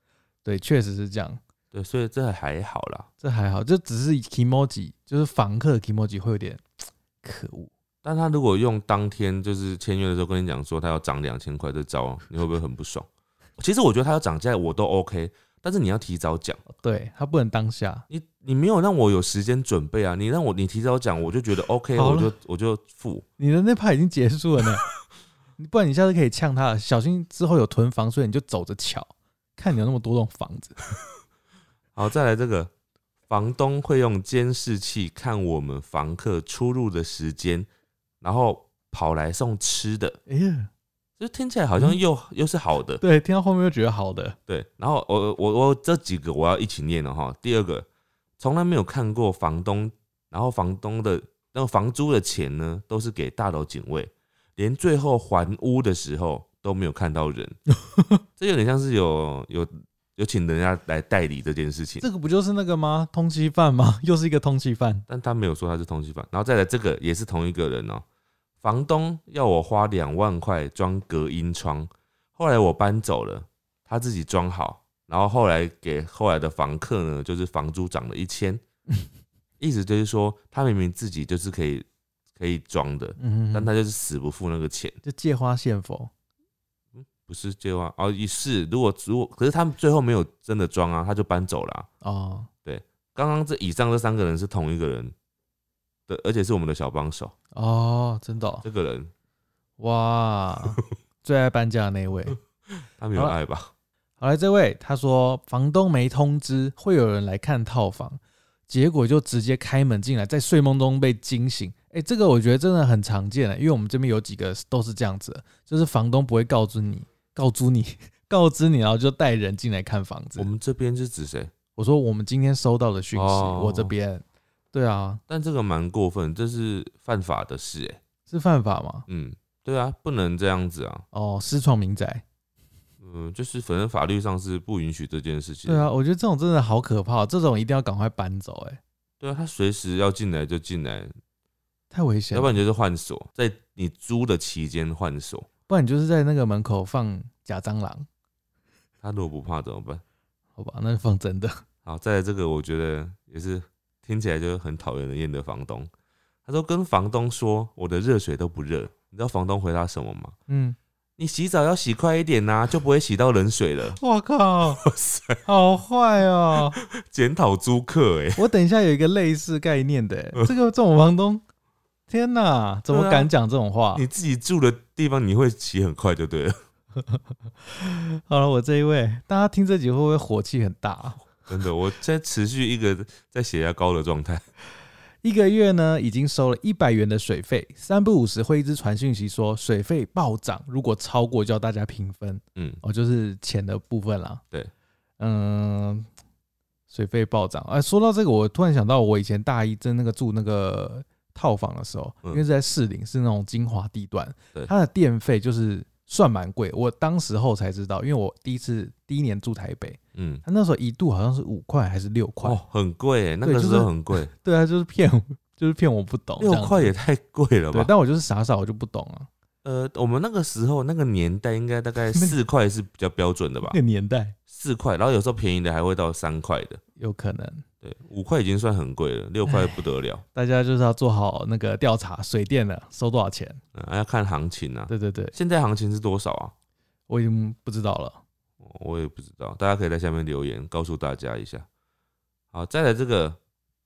[SPEAKER 1] 对，确实是这样，
[SPEAKER 2] 对，所以这还好啦。
[SPEAKER 1] 这还好，这只是 emoji，就是房客的 emoji 会有点可恶。
[SPEAKER 2] 但他如果用当天就是签约的时候跟你讲说他要涨两千块这招，你会不会很不爽？ *laughs* 其实我觉得他要涨价我都 OK，但是你要提早讲，
[SPEAKER 1] 对他不能当下，
[SPEAKER 2] 你你没有让我有时间准备啊！你让我你提早讲，我就觉得 OK，
[SPEAKER 1] 好
[SPEAKER 2] 我
[SPEAKER 1] 了
[SPEAKER 2] 就我就付。
[SPEAKER 1] 你的那趴已经结束了 *laughs* 呢，你不然你下次可以呛他，小心之后有囤房税你就走着瞧，看你有那么多栋房子。
[SPEAKER 2] 好，再来这个，房东会用监视器看我们房客出入的时间，然后跑来送吃的，
[SPEAKER 1] 哎呀，
[SPEAKER 2] 就听起来好像
[SPEAKER 1] 嗯
[SPEAKER 2] 又、又是好的。
[SPEAKER 1] 对，听到后面又觉得好的。
[SPEAKER 2] 对，然后我我我这几个我要一起念了哈。第二个，从来没有看过房东，然后房东的那个房租的钱呢，都是给大楼警卫，连最后还屋的时候都没有看到人，这有点像是有有有请人家来代理这件事情，
[SPEAKER 1] 这个不就是那个吗？通缉犯吗？ *laughs* 又是一个通缉犯。
[SPEAKER 2] 但他没有说他是通缉犯。然后再来这个也是同一个人哦、房东要我花两万块装隔音窗，后来我搬走了，他自己装好，然后后来给后来的房客呢，就是房租涨了一千，意思就是说他明明自己就是可以可以装的，
[SPEAKER 1] 嗯
[SPEAKER 2] 但他就是死不付那个钱，
[SPEAKER 1] 就借花献佛。
[SPEAKER 2] 不是借话哦，也是如果如果可是他们最后没有真的装啊，他就搬走了啊、
[SPEAKER 1] 哦
[SPEAKER 2] 刚刚这以上这三个人是同一个人的，而且是我们的小帮手，
[SPEAKER 1] 哦，真的哦、
[SPEAKER 2] 这个人
[SPEAKER 1] *laughs* 哇！最爱搬家的那一位，
[SPEAKER 2] 他没有
[SPEAKER 1] 好了
[SPEAKER 2] 爱吧？
[SPEAKER 1] 好来，这位他说房东没通知会有人来看套房，结果就直接开门进来，在睡梦中被惊醒。哎、这个我觉得真的很常见啊的，因为我们这边有几个都是这样子的，就是房东不会告知你，告知你， *laughs* 告知你，然后就带人进来看房子
[SPEAKER 2] 我。们这边是指谁？
[SPEAKER 1] 我说我们今天收到的讯息，
[SPEAKER 2] 哦
[SPEAKER 1] 我这边，对啊，
[SPEAKER 2] 但这个蛮过分，这是犯法的事哎、
[SPEAKER 1] 是犯法吗？
[SPEAKER 2] 嗯，对啊，不能这样子啊。
[SPEAKER 1] 哦，私闯民宅。
[SPEAKER 2] 嗯，就是反正法律上是不允许这件事情。
[SPEAKER 1] 对啊，，我觉得这种真的好可怕，这种一定要赶快搬走、哎，
[SPEAKER 2] 对啊，他随时要进来就进来，
[SPEAKER 1] 太危险了。
[SPEAKER 2] 要不然你就是换锁，在你租的期间换锁。
[SPEAKER 1] 不然你就是在那个门口放假蟑螂，
[SPEAKER 2] 他如果不怕怎么办？
[SPEAKER 1] 好吧？那放真的。
[SPEAKER 2] 好，再来这个，我觉得也是听起来就很讨人厌的房东。他说跟房东说我的热水都不热，你知道房东回答什么吗？
[SPEAKER 1] 嗯， *laughs*
[SPEAKER 2] 你洗澡要洗快一点呐、就不会洗到冷水了。
[SPEAKER 1] 我靠，
[SPEAKER 2] 哇
[SPEAKER 1] *laughs*
[SPEAKER 2] 塞，
[SPEAKER 1] 好坏哦！
[SPEAKER 2] 检讨租客哎、
[SPEAKER 1] 我等一下有一个类似概念的、哎这个这种房东，天哪，怎么敢讲这种话？
[SPEAKER 2] 你自己住的地方你会洗很快就对了，
[SPEAKER 1] 好了，我这一位，大家听这集会不会火气很大啊？
[SPEAKER 2] *laughs* 真的。我现在持续一个在血压高的状态，
[SPEAKER 1] 一个月呢，已经收了一百元的水费，三不五时会一直传讯息说水费暴涨，如果超过就要大家平分。
[SPEAKER 2] 嗯，
[SPEAKER 1] 哦，就是钱的部分啦。
[SPEAKER 2] 对，
[SPEAKER 1] 嗯，水费暴涨。哎、说到这个，我突然想到，我以前大一在那个住那个套房的时候，
[SPEAKER 2] 嗯
[SPEAKER 1] 因为是在士林，是那种精华地段，
[SPEAKER 2] 对
[SPEAKER 1] 它的电费就是算蛮贵。我当时候才知道，因为我第一次第一年住台北，
[SPEAKER 2] 嗯，
[SPEAKER 1] 它那时候一度好像是五块还是六块，
[SPEAKER 2] 哦，很贵哎、那
[SPEAKER 1] 对
[SPEAKER 2] 个
[SPEAKER 1] 就
[SPEAKER 2] 时
[SPEAKER 1] 是
[SPEAKER 2] 候很贵，
[SPEAKER 1] 对啊，就是骗我，就是骗我不懂，
[SPEAKER 2] 六
[SPEAKER 1] 这样
[SPEAKER 2] 块也太贵了
[SPEAKER 1] 对，
[SPEAKER 2] 吧？
[SPEAKER 1] 但我就是傻傻，我就不懂啊。
[SPEAKER 2] 呃，我们那个时候那个年代应该大概四块是比较标准的吧
[SPEAKER 1] 那个，年代
[SPEAKER 2] 四块，然后有时候便宜的还会到三块的，
[SPEAKER 1] 有可能，
[SPEAKER 2] 对，五块已经算很贵了，六块不得了，
[SPEAKER 1] 大家就是要做好那个调查，水电的收多少钱？
[SPEAKER 2] 嗯，还要看行情啊。
[SPEAKER 1] 对对对，
[SPEAKER 2] 现在行情是多少啊？
[SPEAKER 1] 我已经不知道了。
[SPEAKER 2] 哦我也不知道，大家可以在下面留言告诉大家一下。好，再来这个， *laughs*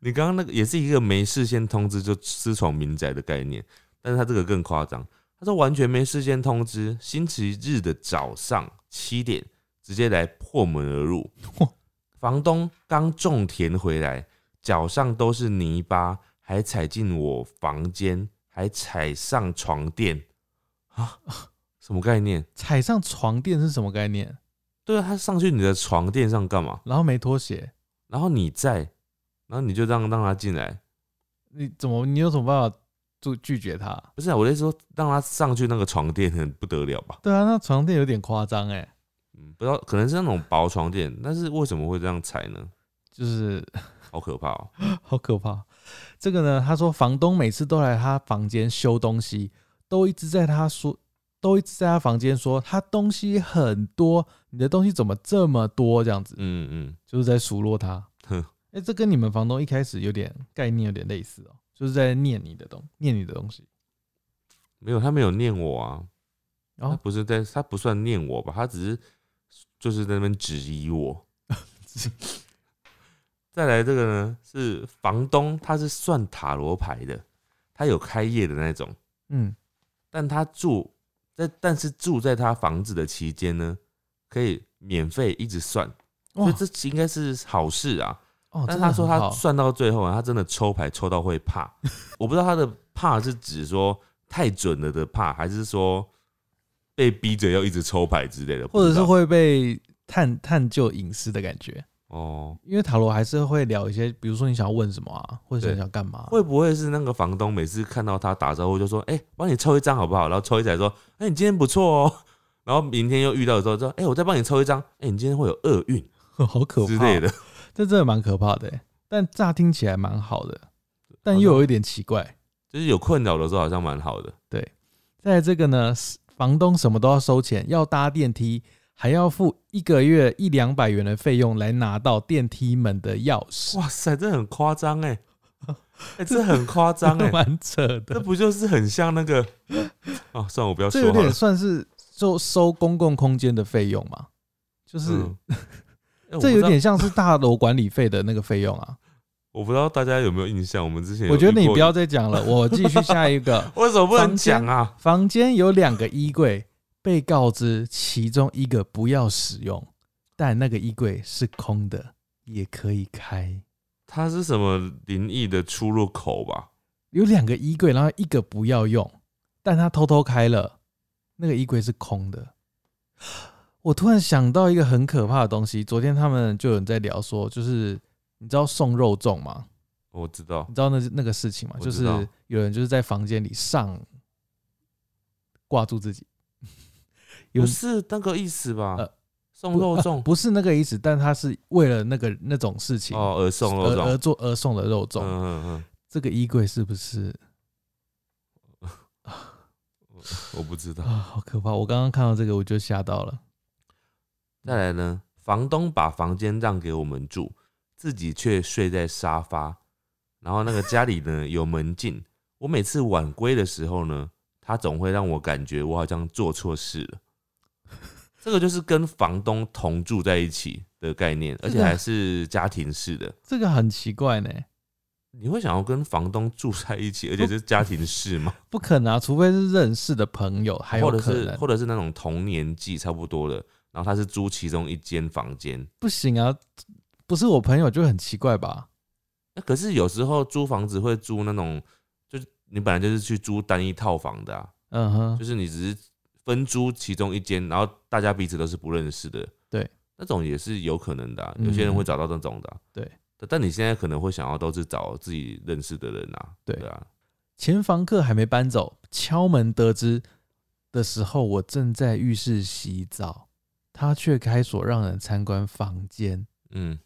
[SPEAKER 2] 你刚刚那个也是一个没事先通知就私闯民宅的概念，但是他这个更夸张，他说完全没事先通知，星期日的早上七点直接来破门而入
[SPEAKER 1] 哇，
[SPEAKER 2] 房东刚种田回来，脚上都是泥巴，还踩进我房间，还踩上床垫啊，什么概念？
[SPEAKER 1] 踩上床垫是什么概念？
[SPEAKER 2] 对啊，他上去你的床垫上干嘛？
[SPEAKER 1] 然后没拖鞋，
[SPEAKER 2] 然后你在，然后你就让让他进来，
[SPEAKER 1] 你怎么你有什么办法就拒绝他？
[SPEAKER 2] 不是、啊、我的意思说，让他上去那个床垫很不得了吧？
[SPEAKER 1] 对啊，那床垫有点夸张哎，
[SPEAKER 2] 嗯，不知道，可能是那种薄床垫，但是为什么会这样踩呢？
[SPEAKER 1] 就是 *laughs*
[SPEAKER 2] 好可怕哦！
[SPEAKER 1] 好可怕。这个呢，他说房东每次都来他房间修东西，都一直在他说，都一直在他房间说他东西很多，你的东西怎么这么多？这样子
[SPEAKER 2] 嗯嗯，
[SPEAKER 1] 就是在数落他。
[SPEAKER 2] 哼，
[SPEAKER 1] 哎、这跟你们房东一开始有点概念有点类似哦，就是在念你的东念你的东
[SPEAKER 2] *laughs*
[SPEAKER 1] 西。
[SPEAKER 2] 没有，他没有念我啊，
[SPEAKER 1] 然
[SPEAKER 2] 他
[SPEAKER 1] 后
[SPEAKER 2] 不是在，他不算念我吧？他只是就是在那边质疑我。再来这个呢，是房东，他是算塔罗牌的，他有开业的那种。
[SPEAKER 1] 嗯，
[SPEAKER 2] 但他住在，但是住在他房子的期间呢，可以免费一直算，所
[SPEAKER 1] 哇
[SPEAKER 2] 以这应该是好事啊。
[SPEAKER 1] 哦，
[SPEAKER 2] 但
[SPEAKER 1] 真
[SPEAKER 2] 是
[SPEAKER 1] 的
[SPEAKER 2] 他说
[SPEAKER 1] 很
[SPEAKER 2] 他
[SPEAKER 1] 好
[SPEAKER 2] 算到最后啊，他真的抽牌抽到会
[SPEAKER 1] *laughs*
[SPEAKER 2] 怕，我不知道他的怕是指说太准了的怕，还是说被逼着要一直抽牌之类的，
[SPEAKER 1] 或者
[SPEAKER 2] 不知
[SPEAKER 1] 是
[SPEAKER 2] 道
[SPEAKER 1] 会被探探究隐私的感觉，
[SPEAKER 2] 哦，
[SPEAKER 1] 因为塔罗还是会聊一些，比如说你想要问什么啊，或者是
[SPEAKER 2] 对
[SPEAKER 1] 你想要干嘛、
[SPEAKER 2] 会不会是那个房东每次看到他打招呼就说：“哎、帮你抽一张好不好？”然后抽一张说：“哎、你今天不错哦。” *laughs* 然后明天又遇到的时候说：“哎、我再帮你抽一张，哎、你今天会有厄运。”
[SPEAKER 1] 好可怕
[SPEAKER 2] 之类的，，
[SPEAKER 1] 这真的蛮可怕的欸。但乍听起来蛮好的，但
[SPEAKER 2] 好
[SPEAKER 1] 又
[SPEAKER 2] 像
[SPEAKER 1] 有一点奇怪。
[SPEAKER 2] 就是有困扰的时候好像蛮好的。
[SPEAKER 1] 在这个呢，是房东什么都要收钱，要搭电梯，还要付一个月一两百元的费用来拿到电梯门的钥匙，
[SPEAKER 2] 哇塞，这很夸张哎，哎，这很夸张
[SPEAKER 1] *laughs*
[SPEAKER 2] 哎，
[SPEAKER 1] 蛮扯
[SPEAKER 2] 这
[SPEAKER 1] 的。
[SPEAKER 2] 不就是很像那个？哦，算了，我不要
[SPEAKER 1] 这有
[SPEAKER 2] 说好
[SPEAKER 1] 点
[SPEAKER 2] 了。
[SPEAKER 1] 算是收收公共空间的费用嘛，就是、
[SPEAKER 2] 嗯，哎我不
[SPEAKER 1] 这
[SPEAKER 2] 知
[SPEAKER 1] 有
[SPEAKER 2] 道
[SPEAKER 1] 点，像是大楼管理费的那个费用
[SPEAKER 2] *laughs*
[SPEAKER 1] 啊。
[SPEAKER 2] 我不知道大家有没有印象？我们之前有
[SPEAKER 1] 我觉得
[SPEAKER 2] 遇
[SPEAKER 1] 你
[SPEAKER 2] 过
[SPEAKER 1] 不要
[SPEAKER 2] *laughs*
[SPEAKER 1] 再讲了，我继续下一个。
[SPEAKER 2] 为什么不能讲啊？
[SPEAKER 1] 房间有两个衣柜，被告知其中一个不要使用，但那个衣柜是空的，也可以开。
[SPEAKER 2] 它是什么灵异的出入口吧？
[SPEAKER 1] 有两个衣柜，然后一个不要用，但他偷偷开了，那个衣柜是空的。我突然想到一个很可怕的东西，昨天他们就有人在聊说，就是你知道送肉粽吗？
[SPEAKER 2] 我知道
[SPEAKER 1] 你，知道那那个事情吗？
[SPEAKER 2] 我
[SPEAKER 1] 就
[SPEAKER 2] 知
[SPEAKER 1] 是
[SPEAKER 2] 道
[SPEAKER 1] 有人就是在房间里上挂住自己，有
[SPEAKER 2] 不是那个意思吧？
[SPEAKER 1] 呃
[SPEAKER 2] 送肉
[SPEAKER 1] 呃
[SPEAKER 2] 粽、
[SPEAKER 1] 不是那个意思，但他是为了那个那种事情
[SPEAKER 2] 哦，而送肉
[SPEAKER 1] 而而
[SPEAKER 2] 粽，
[SPEAKER 1] 做而送的肉
[SPEAKER 2] 嗯
[SPEAKER 1] 呃粽。
[SPEAKER 2] 嗯嗯，
[SPEAKER 1] 这个衣柜是不是
[SPEAKER 2] 我不知道
[SPEAKER 1] 啊？。好可怕！我刚刚看到这个我就吓到了。
[SPEAKER 2] 再来呢，房东把房间让给我们住，自己却睡在沙发，然后那个家里呢有门禁。我每次晚归的时候呢，他总会让我感觉我好像做错事了。这个就是跟房东同住在一起的概念，而且还是家庭式的。
[SPEAKER 1] 这个很奇怪呢，
[SPEAKER 2] 你会想要跟房东住在
[SPEAKER 1] *laughs*
[SPEAKER 2] 一起，而且是家庭式吗？
[SPEAKER 1] 不可能啊，除非是认识的朋友，还有
[SPEAKER 2] 或者
[SPEAKER 1] 可
[SPEAKER 2] 是
[SPEAKER 1] 能
[SPEAKER 2] 或者是那种同年纪差不多的，然后他是租其中一间房间，
[SPEAKER 1] 不行啊，不是我朋友就很奇怪吧？
[SPEAKER 2] 那可是有时候租房子会租那种，就是你本来就是去租单一套房的、啊，
[SPEAKER 1] 嗯哼，
[SPEAKER 2] 就是你只是分租其中一间，然后大家彼此都是不认识的，
[SPEAKER 1] 对，
[SPEAKER 2] 那种也是有可能的啊、
[SPEAKER 1] 嗯
[SPEAKER 2] 有些人会找到那种的啊、
[SPEAKER 1] 对
[SPEAKER 2] 但，但你现在可能会想要都是找自己认识的人啊，
[SPEAKER 1] 对
[SPEAKER 2] 啊，
[SPEAKER 1] 前房客还没搬走，敲门得知的时候，我正在浴室洗澡，他却开锁让人参观房间。
[SPEAKER 2] 嗯，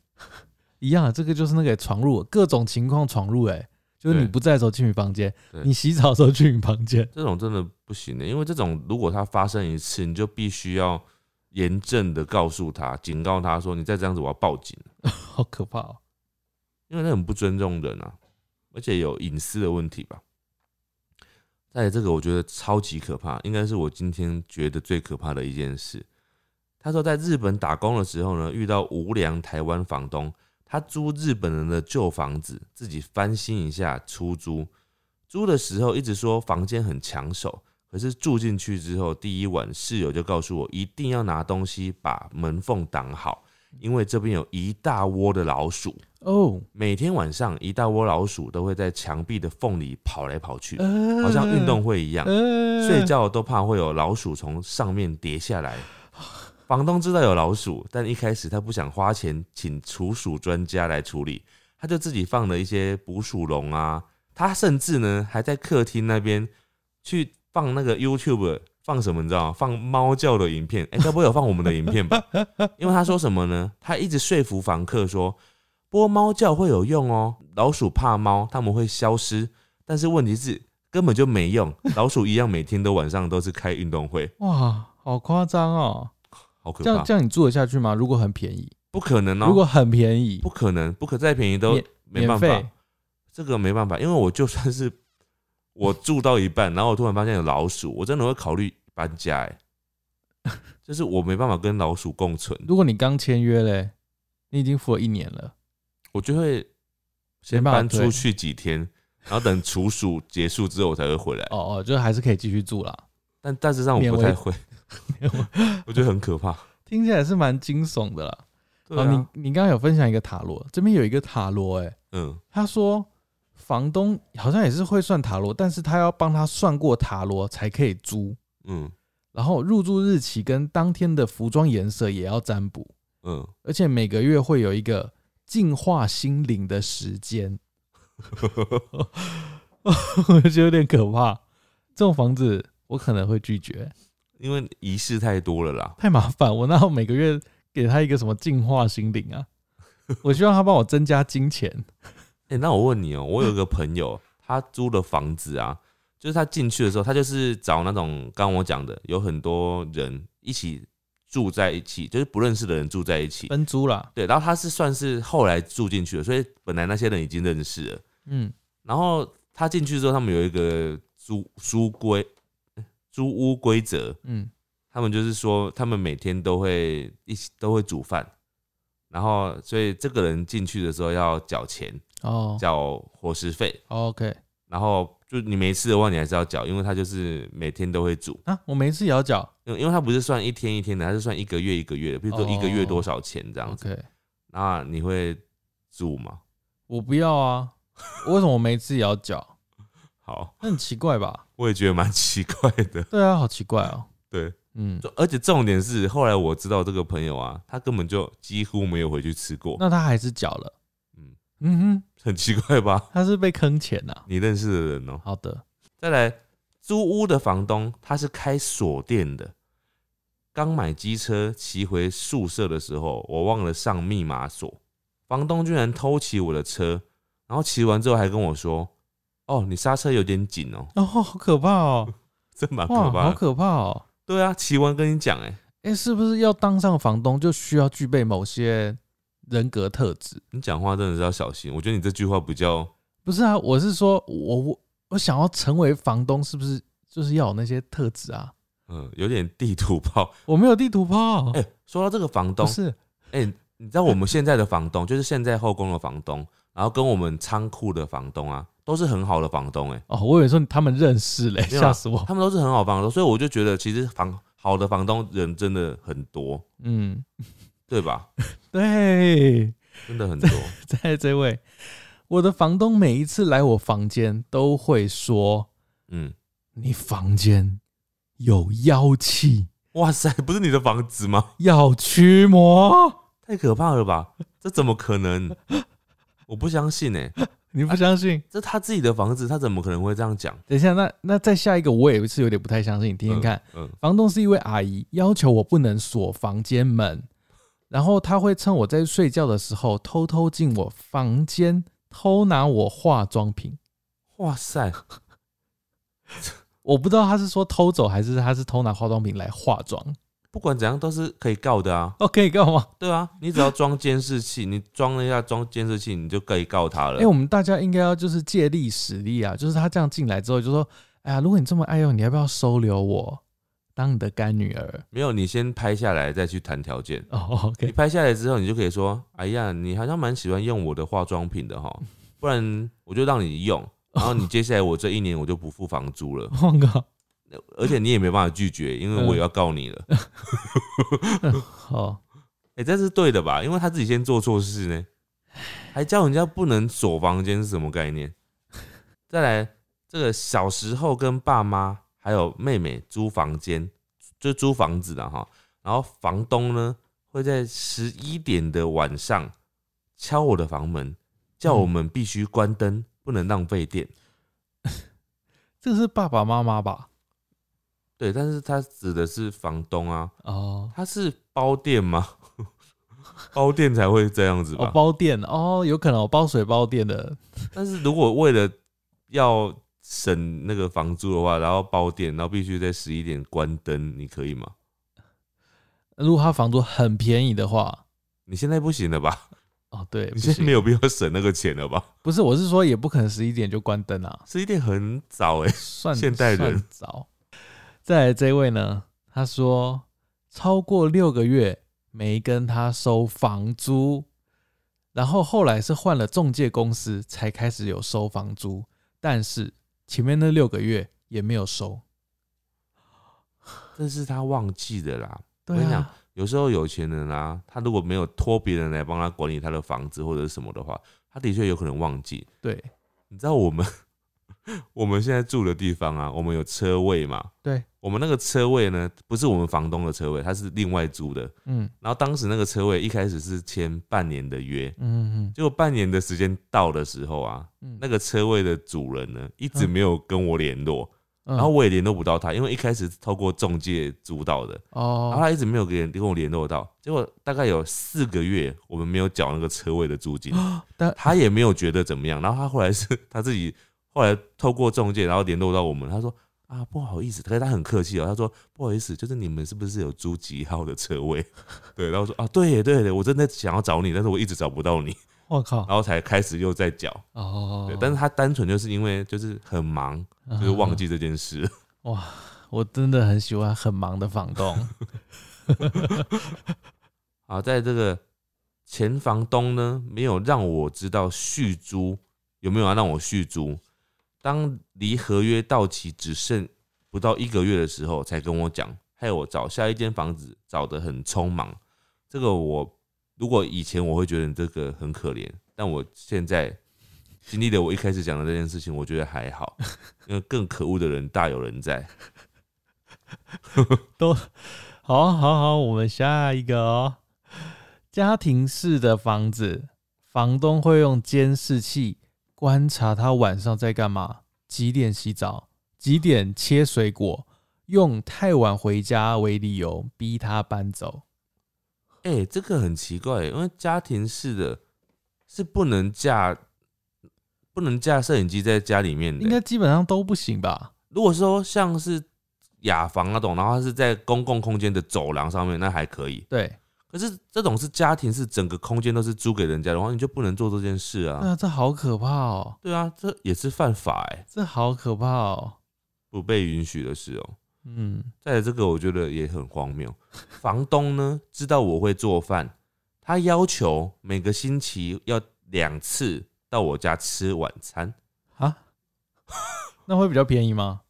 [SPEAKER 1] 一样啊，这个就是那个闯入，各种情况闯入、欸，哎，就是你
[SPEAKER 2] 对
[SPEAKER 1] 不在的时候去你房间，
[SPEAKER 2] 对
[SPEAKER 1] 你洗澡的时候去你房间， *laughs*
[SPEAKER 2] 这种真的不行的、因为这种如果它发生一次，你就必须要严正的告诉他，警告他说你再这样子我要报警，
[SPEAKER 1] 好可怕哦、
[SPEAKER 2] 因为那很不尊重人啊，而且有隐私的问题吧。在这个我觉得超级可怕，应该是我今天觉得最可怕的一件事。他说在日本打工的时候呢，遇到无良台湾房东，他租日本人的旧房子，自己翻新一下出租。租的时候一直说房间很抢手，可是住进去之后，第一晚室友就告诉我一定要拿东西把门缝挡好，因为这边有一大窝的老鼠。
[SPEAKER 1] 哦，
[SPEAKER 2] 每天晚上，一大窝老鼠都会在墙壁的缝里跑来跑去，
[SPEAKER 1] 呃
[SPEAKER 2] 好像运动会一样。
[SPEAKER 1] 呃
[SPEAKER 2] 睡觉都怕会有老鼠从上面跌下来。房东知道有老鼠，但一开始他不想花钱请除鼠专家来处理，他就自己放了一些捕鼠笼啊。他甚至呢还在客厅那边去放那个 YouTube 放什么，你知道吗？放猫叫的影片。哎、该不会有放我们的影片吧？因为他说什么呢？他一直说服房客说，播猫叫会有用哦，老鼠怕猫，它们会消失。但是问题是根本就没用， *laughs* 老鼠一样每天都晚上都是开运动会，
[SPEAKER 1] 哇，好夸张哦！
[SPEAKER 2] 好可
[SPEAKER 1] 这样
[SPEAKER 2] 怕！
[SPEAKER 1] 这样你住得下去吗？如果很便宜，
[SPEAKER 2] 不可能
[SPEAKER 1] 如
[SPEAKER 2] 哦、
[SPEAKER 1] 果很便宜
[SPEAKER 2] 不，可能，不可再便宜都
[SPEAKER 1] 免
[SPEAKER 2] 没
[SPEAKER 1] 免
[SPEAKER 2] 办法
[SPEAKER 1] 费，，
[SPEAKER 2] 这个没办法，因为我就算是我住到一半，然 *laughs* 后我突然发现有老鼠，我真的会考虑搬家、
[SPEAKER 1] *laughs*
[SPEAKER 2] 哎，就是我没办法跟老鼠共存，
[SPEAKER 1] 如果你刚签约嘞，你已经付了一年了，
[SPEAKER 2] 我就会
[SPEAKER 1] 没
[SPEAKER 2] 先
[SPEAKER 1] 办法
[SPEAKER 2] 搬出
[SPEAKER 1] 退
[SPEAKER 2] 去几天，然后等处暑结束之后我才会回来。
[SPEAKER 1] 哦哦，就还是可以继续住啦。
[SPEAKER 2] 但大致上我
[SPEAKER 1] 勉
[SPEAKER 2] 不
[SPEAKER 1] 为
[SPEAKER 2] 太会， *laughs* 我觉得很可怕。
[SPEAKER 1] 听起来是蛮惊悚的啦。
[SPEAKER 2] 对
[SPEAKER 1] 好
[SPEAKER 2] 啊，
[SPEAKER 1] 你你刚刚有分享一个塔罗，这边有一个塔罗、欸，
[SPEAKER 2] 嗯，
[SPEAKER 1] 他说房东好像也是会算塔罗，但是他要帮他算过塔罗才可以租，
[SPEAKER 2] 嗯
[SPEAKER 1] 然后入住日期跟当天的服装颜色也要占卜，
[SPEAKER 2] 嗯，
[SPEAKER 1] 而且每个月会有一个净化心灵的时间， *laughs* 我觉得有点可怕。这种房子我可能会拒绝，
[SPEAKER 2] 因为仪式太多了啦。
[SPEAKER 1] 太麻烦。我那每个月给他一个什么净化心灵
[SPEAKER 2] *laughs*
[SPEAKER 1] 啊？我希望他帮我增加金钱。
[SPEAKER 2] 哎、那我问你哦、我有个朋友，他租的房子啊，就是他进去的时候，他就是找那种刚刚我讲的，有很多人一起住在一起，就是不认识的人住在一起。
[SPEAKER 1] 分租啦，
[SPEAKER 2] 对，然后他是算是后来住进去的，所以本来那些人已经认识了。
[SPEAKER 1] 嗯，
[SPEAKER 2] 然后他进去之后，他们有一个租租规租屋规则，
[SPEAKER 1] 嗯，
[SPEAKER 2] 他们就是说，他们每天都会一起都会煮饭，然后所以这个人进去的时候要缴钱，
[SPEAKER 1] 哦
[SPEAKER 2] 缴伙食费，
[SPEAKER 1] ，OK
[SPEAKER 2] 然后就你没吃的话，你还是要缴，因为他就是每天都会煮，
[SPEAKER 1] 啊，我每次也要缴，
[SPEAKER 2] 因因为它不是算一天一天的，它是算一个月一个月的，比如说一个月多少钱这样子。
[SPEAKER 1] 哦 OK，
[SPEAKER 2] 那你会住吗？
[SPEAKER 1] 我不要啊，为什么我每次也要缴？
[SPEAKER 2] 好，
[SPEAKER 1] 那很奇怪吧？
[SPEAKER 2] 我也觉得蛮奇怪
[SPEAKER 1] *laughs*
[SPEAKER 2] 的。
[SPEAKER 1] 对啊，好奇怪哦。
[SPEAKER 2] 对，
[SPEAKER 1] 嗯，
[SPEAKER 2] 就而且重点是，后来我知道这个朋友啊，他根本就几乎没有回去吃过，
[SPEAKER 1] 那他还是缴了。嗯
[SPEAKER 2] 嗯
[SPEAKER 1] 嗯
[SPEAKER 2] 很奇怪吧
[SPEAKER 1] 哼，？他是被坑钱呐、
[SPEAKER 2] 你认识的人哦、
[SPEAKER 1] 好的，
[SPEAKER 2] 再来，租屋的房东他是开锁店的。刚买机车骑回宿舍的时候，我忘了上密码锁，房东居然偷骑我的车，然后骑完之后还跟我说：“哦，你刹车有点紧哦， *laughs*
[SPEAKER 1] 哦，好可怕哦，
[SPEAKER 2] 真蛮可
[SPEAKER 1] 哇，
[SPEAKER 2] 怕
[SPEAKER 1] 好
[SPEAKER 2] 的。
[SPEAKER 1] 可怕哦。”
[SPEAKER 2] 对啊，骑完跟你讲，哎，
[SPEAKER 1] 哎、是不是要当上房东就需要具备某些人格特质？
[SPEAKER 2] 你讲话真的是要小心。我觉得你这句话比较
[SPEAKER 1] 不是啊，我是说我我我想要成为房东，是不是就是要有那些特质啊？
[SPEAKER 2] 嗯，有点地图炮。
[SPEAKER 1] 我没有地图炮，
[SPEAKER 2] 哎、说到这个房
[SPEAKER 1] 不
[SPEAKER 2] 东，
[SPEAKER 1] 是
[SPEAKER 2] 哎、你知道我们现在的房东，就是现在后宫的房东，然后跟我们仓库的房东啊，都是很好的房东、哎，
[SPEAKER 1] 哦，我以为说他们认识嘞，
[SPEAKER 2] 没有啊
[SPEAKER 1] 吓死我。
[SPEAKER 2] 他们都是很好的房东，所以我就觉得其实房好的房东人真的很多，
[SPEAKER 1] 嗯，
[SPEAKER 2] 对吧？
[SPEAKER 1] 对，
[SPEAKER 2] 真的很多，
[SPEAKER 1] 在这位，我的房东每一次来我房间都会说
[SPEAKER 2] 嗯，
[SPEAKER 1] 你房间有妖气，
[SPEAKER 2] 哇塞，不是你的房子吗？
[SPEAKER 1] 要驱魔。
[SPEAKER 2] 太可怕了吧？这怎么可能？我不相信哎、
[SPEAKER 1] 你不相信？
[SPEAKER 2] 这他自己的房子，他怎么可能会这样讲？
[SPEAKER 1] 啊等一下，那那再下一个，我也是有点不太相信。你听听看，
[SPEAKER 2] 嗯，嗯，
[SPEAKER 1] 房东是一位阿姨，要求我不能锁房间门，然后她会趁我在睡觉的时候偷偷进我房间偷拿我化妆品。
[SPEAKER 2] 哇塞，
[SPEAKER 1] 我不知道她是说偷走还是她是偷拿化妆品来化妆。
[SPEAKER 2] 不管怎样都是可以告的啊。
[SPEAKER 1] *laughs* OK，干嘛？
[SPEAKER 2] 对啊，你只要装监视器，你装了一下装监视器，你就可以告他
[SPEAKER 1] *laughs*
[SPEAKER 2] 了。
[SPEAKER 1] 哎、我们大家应该要就是借力使力啊，就是她这样进来之后就说，哎呀，如果你这么爱用，你要不要收留我当你的干女儿？
[SPEAKER 2] 没有，你先拍下来再去谈条件。
[SPEAKER 1] 哦
[SPEAKER 2] 你
[SPEAKER 1] ，OK，
[SPEAKER 2] 拍下来之后，你就可以说：“哎呀，你好像蛮喜欢用我的化妆品的哈，不然我就让你用。然后你接下来我这一年我就不付房租了，
[SPEAKER 1] 忘了。
[SPEAKER 2] 而且你也没办法拒绝，因为我也要告你了。
[SPEAKER 1] 好，
[SPEAKER 2] 哎、这是对的吧？因为他自己先做错事呢，还叫人家不能锁房间是什么概念？ *laughs* 再来，这个小时候跟爸妈还有妹妹租房间，就租房子的哈。然后房东呢会在十一点的晚上敲我的房门，叫
[SPEAKER 1] 嗯
[SPEAKER 2] 我们必须关灯，不能浪费电。
[SPEAKER 1] 这是爸爸妈妈吧？
[SPEAKER 2] 对，但是他指的是房东啊，
[SPEAKER 1] 哦。
[SPEAKER 2] 他是包店吗？ *laughs* 包店才会这样子吧？
[SPEAKER 1] 哦，包电哦，有可能我包水包电的，
[SPEAKER 2] 但是如果为了要省那个房租的话，然后包店，然后必须在十一点关灯，你可以吗？
[SPEAKER 1] 如果他房租很便宜的话，
[SPEAKER 2] 你现在不行了吧？
[SPEAKER 1] 哦，对，
[SPEAKER 2] 你现在没
[SPEAKER 1] 有，
[SPEAKER 2] 有必要省那个钱了吧？
[SPEAKER 1] 不是，我是说也不可能十一点就关灯啊，
[SPEAKER 2] 十一点很早哎、
[SPEAKER 1] 算
[SPEAKER 2] 现代人
[SPEAKER 1] 算早。再来这位呢，他说超过六个月没跟他收房租，然后后来是换了中介公司才开始有收房租，但是前面那六个月也没有收。
[SPEAKER 2] 这是他忘记的啦。我
[SPEAKER 1] 对
[SPEAKER 2] 跟你讲
[SPEAKER 1] 啊，
[SPEAKER 2] 有时候有钱人啊，他如果没有托别人来帮他管理他的房子或者是什么的话，他的确有可能忘记。
[SPEAKER 1] 对
[SPEAKER 2] 你知道我们 *laughs* 我们现在住的地方啊，我们有车位嘛？
[SPEAKER 1] 对，
[SPEAKER 2] 我们那个车位呢，不是我们房东的车位，他是另外租的。
[SPEAKER 1] 嗯
[SPEAKER 2] 然后当时那个车位一开始是签半年的约，
[SPEAKER 1] 嗯嗯
[SPEAKER 2] 结果半年的时间到的时候啊，
[SPEAKER 1] 嗯，
[SPEAKER 2] 那个车位的主人呢一直没有跟我联络，
[SPEAKER 1] 嗯
[SPEAKER 2] 然后我也联络不到他，因为一开始是透过中介租到的，然后
[SPEAKER 1] 哦，
[SPEAKER 2] 他一直没有跟跟我联络到，结果大概有四个月我们没有缴那个车位的租金，
[SPEAKER 1] 哦但
[SPEAKER 2] 他也没有觉得怎么样，然后他后来是他自己后来透过中介然后联络到我们，他说。啊，不好意思，可是他很客气哦。他说不好意思，就是你们是不是有租几号的车位？ *laughs* 对，然后说啊，对耶对的，我真的想要找你，但是我一直找不到你，
[SPEAKER 1] 我靠
[SPEAKER 2] 然，后才开始又在缴。
[SPEAKER 1] 哦
[SPEAKER 2] 对，，但是他单纯就是因为就是很忙，就是忘记这件事。
[SPEAKER 1] 哇，嗯我真的很喜欢很忙的房
[SPEAKER 2] *laughs*
[SPEAKER 1] 东。
[SPEAKER 2] 啊，在这个前房东呢，没有让我知道续租有没有要让我续租。当离合约到期只剩不到一个月的时候，才跟我讲，害我找下一间房子找得很匆忙。这个我如果以前我会觉得你这个很可怜，但我现在经历了我一开始讲的这件事情，我觉得还好，因为更可恶的人大有人在。
[SPEAKER 1] 好，好，好，我们下一个哦。家庭式的房子，房东会用监视器观察他晚上在干嘛，几点洗澡，几点切水果，用太晚回家为理由逼他搬走。
[SPEAKER 2] 哎、这个很奇怪，因为家庭式的是不能架不能架摄影机在家里面的。
[SPEAKER 1] 应该基本上都不行吧？
[SPEAKER 2] 如果说像是雅房那种，然后它是在公共空间的走廊上面，那还可以。
[SPEAKER 1] 对，
[SPEAKER 2] 可是这种是家庭，是整个空间都是租给人家的话，你就不能做这件事啊。
[SPEAKER 1] 那这好可怕哦，
[SPEAKER 2] 对啊，这也是犯法哎、
[SPEAKER 1] 这好可怕哦。
[SPEAKER 2] 不被允许的事哦、
[SPEAKER 1] 嗯，
[SPEAKER 2] 再来这个，我觉得也很荒谬。房东呢，知道我会做饭，他要求每个星期要两次到我家吃晚餐。
[SPEAKER 1] 啊，那会比较便宜吗？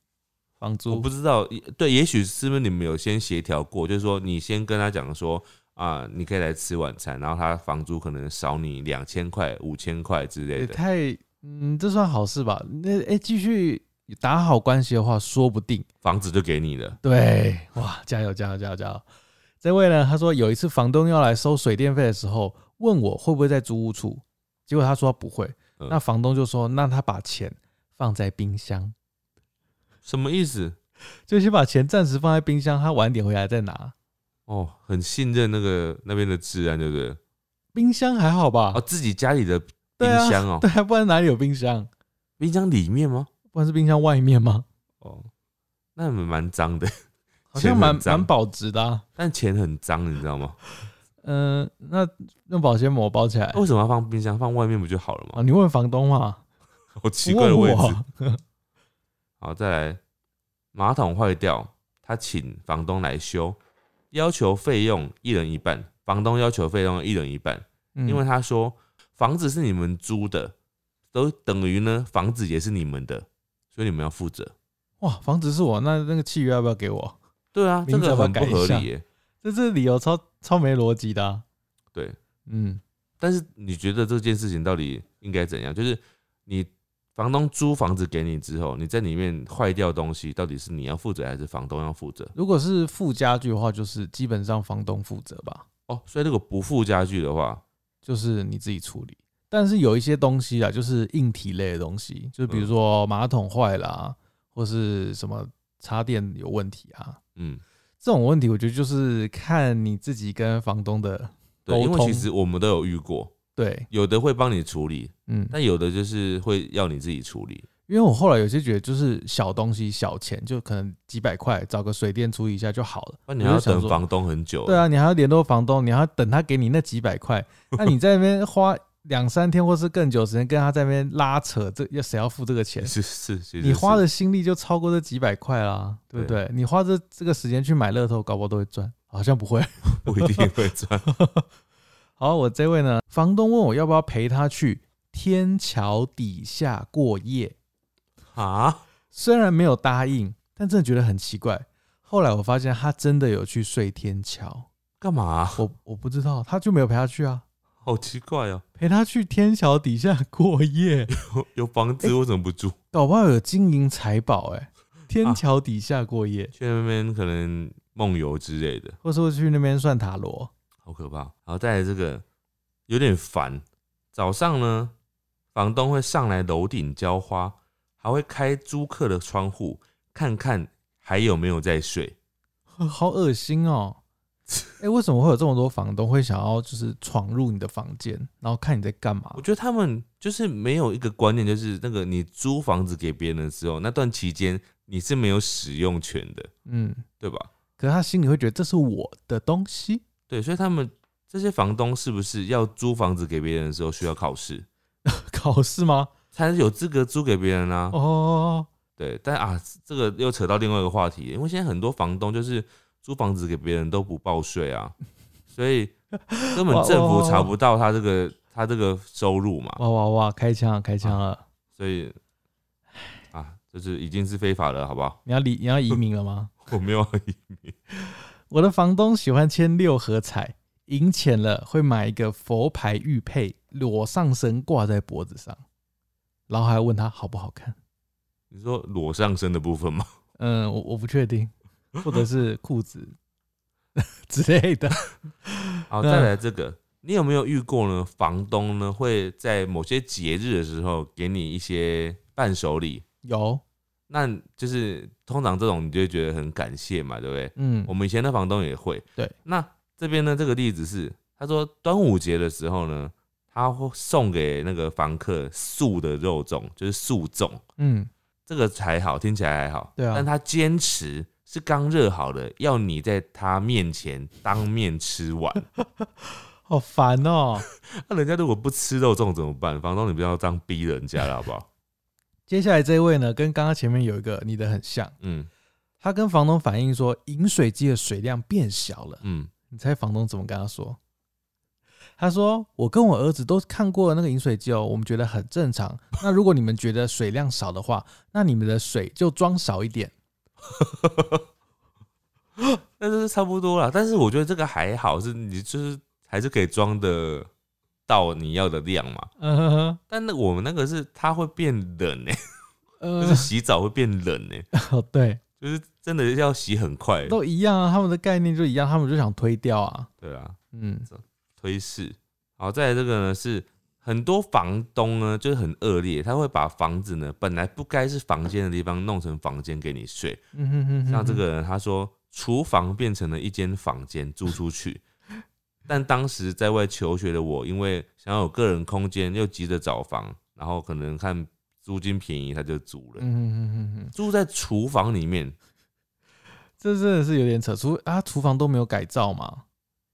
[SPEAKER 1] 房
[SPEAKER 2] 我
[SPEAKER 1] 租
[SPEAKER 2] 不知道，也对，也许是不是你们有先协调过，就是说你先跟他讲说啊、你可以来吃晚餐，然后他房租可能少你两千块、五千块之类
[SPEAKER 1] 也
[SPEAKER 2] 的。
[SPEAKER 1] 太……嗯，这算好事吧？那哎，继、续打好关系的话，说不定
[SPEAKER 2] 房子就给你了。
[SPEAKER 1] 对哇，加油加油加油加油！这位呢，他说有一次房东要来收水电费的时候，问我会不会在租屋处，结果他说不会，
[SPEAKER 2] 嗯
[SPEAKER 1] 那房东就说那他把钱放在冰箱，
[SPEAKER 2] 什么意思？
[SPEAKER 1] 就先把钱暂时放在冰箱，他晚点回来再拿。
[SPEAKER 2] 哦，很信任那个那边的治安，对不对？
[SPEAKER 1] 冰箱还好吧？
[SPEAKER 2] 哦，自己家里的冰
[SPEAKER 1] 对啊
[SPEAKER 2] 箱哦，
[SPEAKER 1] 对啊，不然哪里有冰箱？
[SPEAKER 2] 冰箱里面吗？
[SPEAKER 1] 不然是冰箱外面吗？
[SPEAKER 2] 哦，那蛮蛮脏的，
[SPEAKER 1] 好
[SPEAKER 2] 钱
[SPEAKER 1] 像
[SPEAKER 2] 很
[SPEAKER 1] 蛮
[SPEAKER 2] 脏
[SPEAKER 1] 蛮保值的、啊。
[SPEAKER 2] 但钱很脏，你知道吗？ *laughs*
[SPEAKER 1] 嗯、那用保鲜膜包起来
[SPEAKER 2] 为什么要放冰箱？放外面不就好了
[SPEAKER 1] 啊？
[SPEAKER 2] 吗？
[SPEAKER 1] 你问房东嘛，
[SPEAKER 2] 好奇
[SPEAKER 1] 哦不
[SPEAKER 2] 怪的
[SPEAKER 1] 问
[SPEAKER 2] 位置。
[SPEAKER 1] 我。
[SPEAKER 2] 好，再来，马桶坏掉，他请房东来修，要求费用一人一半，房东要求费用一人一半，
[SPEAKER 1] 嗯
[SPEAKER 2] 因为他说房子是你们租的，都等于呢房子也是你们的，所以你们要负责。
[SPEAKER 1] 哇，房子是我，那那个契约要不要给我？
[SPEAKER 2] 对啊，这
[SPEAKER 1] 名字
[SPEAKER 2] 个
[SPEAKER 1] 要不要
[SPEAKER 2] 很不
[SPEAKER 1] 改一
[SPEAKER 2] 合
[SPEAKER 1] 下
[SPEAKER 2] 理耶。
[SPEAKER 1] 这这理由超超没逻辑的啊、
[SPEAKER 2] 对，
[SPEAKER 1] 嗯，
[SPEAKER 2] 但是你觉得这件事情到底应该怎样？就是你房东租房子给你之后，你在里面坏掉东西，到底是你要负责还是房东要负责？
[SPEAKER 1] 如果是附家具的话，就是基本上房东负责吧，
[SPEAKER 2] 哦，所以如果不附家具的话，
[SPEAKER 1] 就是你自己处理。但是有一些东西啊，就是硬体类的东西，就比如说
[SPEAKER 2] 嗯
[SPEAKER 1] 马桶坏了、啊，或是什么插电有问题啊，
[SPEAKER 2] 嗯，
[SPEAKER 1] 这种问题我觉得就是看你自己跟房东的
[SPEAKER 2] 对，
[SPEAKER 1] 沟
[SPEAKER 2] 因为
[SPEAKER 1] 通
[SPEAKER 2] 其实我们都有遇过，
[SPEAKER 1] 对，
[SPEAKER 2] 有的会帮你处理，
[SPEAKER 1] 嗯，
[SPEAKER 2] 但有的就是会要你自己处理。
[SPEAKER 1] 因为我后来有些觉得就是小东西小钱，就可能几百块找个水电处理一下就好了。
[SPEAKER 2] 那你
[SPEAKER 1] 我
[SPEAKER 2] 还要
[SPEAKER 1] 就想
[SPEAKER 2] 等
[SPEAKER 1] 说
[SPEAKER 2] 房东很久，
[SPEAKER 1] 对，啊，你还要联络房东，你还要等他给你那几百
[SPEAKER 2] *laughs*
[SPEAKER 1] 块，那你在那边花两三天或是更久时间跟他在那边拉扯，这要谁要付这个钱？
[SPEAKER 2] 是是，其实
[SPEAKER 1] 你花
[SPEAKER 2] 是
[SPEAKER 1] 的心力就超过这几百块啦，对不对？你花这这个时间去买乐透，搞不好都会赚，好像不会。 *laughs*
[SPEAKER 2] 不一定会赚。 *laughs*
[SPEAKER 1] 好，我这位呢，房东问我要不要陪他去天桥底下过夜，
[SPEAKER 2] 啊，
[SPEAKER 1] 虽然没有答应，但真的觉得很奇怪。后来我发现他真的有去睡天桥，
[SPEAKER 2] 干嘛啊、
[SPEAKER 1] 我我不知道，他就没有陪他去啊，
[SPEAKER 2] 好奇怪哦、
[SPEAKER 1] 陪他去天桥底下过夜，
[SPEAKER 2] 有房子为什么不住？
[SPEAKER 1] 搞不好有金银财宝哎、天桥底下过夜，
[SPEAKER 2] 去那边可能梦游之类的，
[SPEAKER 1] 或是会去那边算塔罗，
[SPEAKER 2] 好可怕。然后再来这个有点烦，早上呢，房东会上来楼顶浇花，还会开租客的窗户看看还有没有在睡。
[SPEAKER 1] 好恶心哦、哎、为什么会有这么多房东会想要就是闯入你的房间，然后看你在干嘛
[SPEAKER 2] 我？觉得他们就是没有一个观念，就是那个你租房子给别人的时候，那段期间你是没有使用权的，
[SPEAKER 1] 嗯，
[SPEAKER 2] 对吧？
[SPEAKER 1] 可是他心里会觉得这是我的东西， *laughs*
[SPEAKER 2] 对，所以他们这些房东是不是要租房子给别人的时候需要考试，
[SPEAKER 1] 考试吗？
[SPEAKER 2] 才有资格租给别人啊？
[SPEAKER 1] 哦，
[SPEAKER 2] 对，但啊，这个又扯到另外一个话题，因为现在很多房东就是租房子给别人都不报税啊，所以根本政府查不到他这个他这个收入嘛，
[SPEAKER 1] 哦哇哇哇，开枪了，开枪啊了！
[SPEAKER 2] 啊所以啊，就是已经是非法了，好不好？
[SPEAKER 1] *laughs*
[SPEAKER 2] *laughs*
[SPEAKER 1] 你要离你要移民了吗？
[SPEAKER 2] 我没有要移民。
[SPEAKER 1] 我的房东喜欢签六合彩，赢钱了会买一个佛牌玉佩，裸上身挂在脖子上，然后还问他好不好看。
[SPEAKER 2] 你说裸上身的部分吗？
[SPEAKER 1] 嗯，我我不确定， *laughs* 或者是裤子 *laughs* 之类的。
[SPEAKER 2] 好，
[SPEAKER 1] 那
[SPEAKER 2] 再来这个，你有没有遇过呢？房东呢会在某些节日的时候给你一些伴手礼，
[SPEAKER 1] *laughs* 有，
[SPEAKER 2] 那就是通常这种你就会觉得很感谢嘛，对不对？
[SPEAKER 1] 嗯
[SPEAKER 2] 我，们以前的房东也会。
[SPEAKER 1] 对，
[SPEAKER 2] 那这边呢，这个例子是他说端午节的时候呢，他会送给那个房客素的肉粽，就是素粽，
[SPEAKER 1] 嗯，
[SPEAKER 2] 这个才好，听起来还好。
[SPEAKER 1] 对啊
[SPEAKER 2] 但他坚持是刚热好的，要你在他面前当面吃
[SPEAKER 1] *laughs*
[SPEAKER 2] 完。
[SPEAKER 1] 好烦哦。
[SPEAKER 2] 那人家如果不吃肉粽怎么办？房东，你不要这样逼人家了，好
[SPEAKER 1] *laughs*
[SPEAKER 2] 不好？
[SPEAKER 1] 接下来这位呢，跟刚刚前面有一个你的很像，
[SPEAKER 2] 嗯
[SPEAKER 1] 他跟房东反映说饮水机的水量变小了。
[SPEAKER 2] 嗯，
[SPEAKER 1] 你猜房东怎么跟他说？他说：“我跟我儿子都看过那个饮水机哦，我们觉得很正常。那如果你们觉得水量少的话，那你们的水就装少一点。
[SPEAKER 2] 那就是差不多了。但是我觉得这个还好，是你就是还是可以装的到你要的量嘛。
[SPEAKER 1] 嗯哼哼，
[SPEAKER 2] 但那我们那个是它会变冷哎、就是
[SPEAKER 1] 呃， *laughs*
[SPEAKER 2] 洗澡会变冷哎、
[SPEAKER 1] 哦对，
[SPEAKER 2] 就是真的要洗很快、
[SPEAKER 1] 都一样啊，他们的概念就一样，他们就想推掉啊。
[SPEAKER 2] 对啊，
[SPEAKER 1] 嗯，
[SPEAKER 2] 推式。好，再来这个呢是很多房东呢就是很恶劣，他会把房子呢本来不该是房间的地方弄成房间给你睡，
[SPEAKER 1] 嗯哼哼哼
[SPEAKER 2] 像这个人，他说厨房变成了一间房间租出去，但当时在外求学的我，因为想要有个人空间，又急着找房，然后可能看租金便宜，他就租了。
[SPEAKER 1] 嗯哼哼哼哼，
[SPEAKER 2] 住在厨房里面，
[SPEAKER 1] 这真的是有点扯。除啊，厨房都没有改造嘛？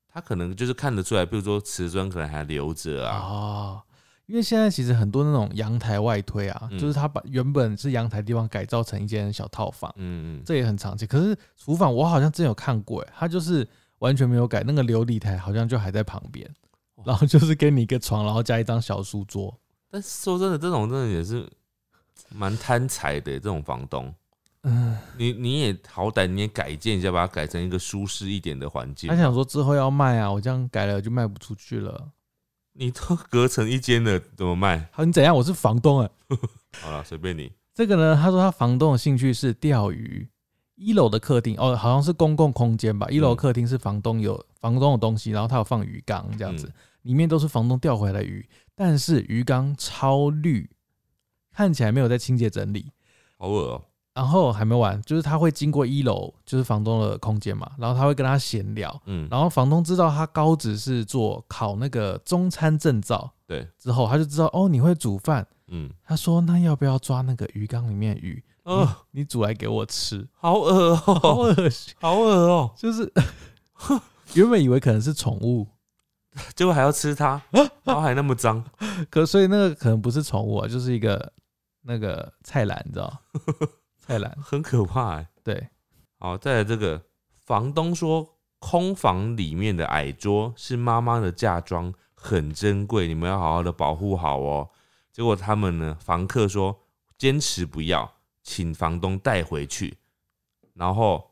[SPEAKER 2] 他可能就是看得出来，比如说瓷砖可能还留着啊，
[SPEAKER 1] 哦，因为现在其实很多那种阳台外推啊，
[SPEAKER 2] 嗯
[SPEAKER 1] 就是他把原本是阳台地方改造成一间小套房。
[SPEAKER 2] 嗯嗯，
[SPEAKER 1] 这也很常见。可是厨房我好像真有看过，哎，它就是完全没有改，那个琉璃台好像就还在旁边，
[SPEAKER 2] 哇
[SPEAKER 1] 然后就是给你一个床，然后加一张小书桌。
[SPEAKER 2] 但说真的，这种真的也是蛮贪财的这种房东。
[SPEAKER 1] 嗯，
[SPEAKER 2] 你你也好歹你也改建一下，把它改成一个舒适一点的环境
[SPEAKER 1] 他。想说之后要卖啊，我这样改了就卖不出去了。
[SPEAKER 2] 你都隔成一间了，怎么卖？
[SPEAKER 1] 好，你怎样？我是房东哎。
[SPEAKER 2] 好了，随便你。
[SPEAKER 1] 这个呢，他说他房东的兴趣是钓鱼。一楼的客厅哦，好像是公共空间
[SPEAKER 2] 嗯
[SPEAKER 1] 吧。一楼客厅是房东有房东有东西，然后他有放鱼缸这样子，
[SPEAKER 2] 嗯
[SPEAKER 1] 里面都是房东钓回来的鱼，但是鱼缸超绿，看起来没有在清洁整理。
[SPEAKER 2] 好恶哦、
[SPEAKER 1] 然后还没完，就是他会经过一楼，就是房东的空间嘛，然后他会跟他闲聊，
[SPEAKER 2] 嗯，
[SPEAKER 1] 然后房东知道他高职是做考那个中餐证照
[SPEAKER 2] 对，
[SPEAKER 1] 之后，他就知道哦你会煮饭，
[SPEAKER 2] 嗯，
[SPEAKER 1] 他说那要不要抓那个鱼缸里面的鱼，
[SPEAKER 2] 哦、
[SPEAKER 1] 你煮来给我吃，
[SPEAKER 2] *laughs* 好恶哦、
[SPEAKER 1] 好恶心，
[SPEAKER 2] 好恶哦、
[SPEAKER 1] 就是原本以为可能是宠物，
[SPEAKER 2] *laughs* 结果还要吃它，然后还那么脏，
[SPEAKER 1] 可所以那个可能不是宠物啊，就是一个那个菜篮，你知道，菜篮，
[SPEAKER 2] 很可怕哎、
[SPEAKER 1] 对，
[SPEAKER 2] 好，再来这个，房东说空房里面的矮桌是妈妈的嫁妆，很珍贵，你们要好好的保护好哦。结果他们呢，房客说坚持不要，请房东带回去，然后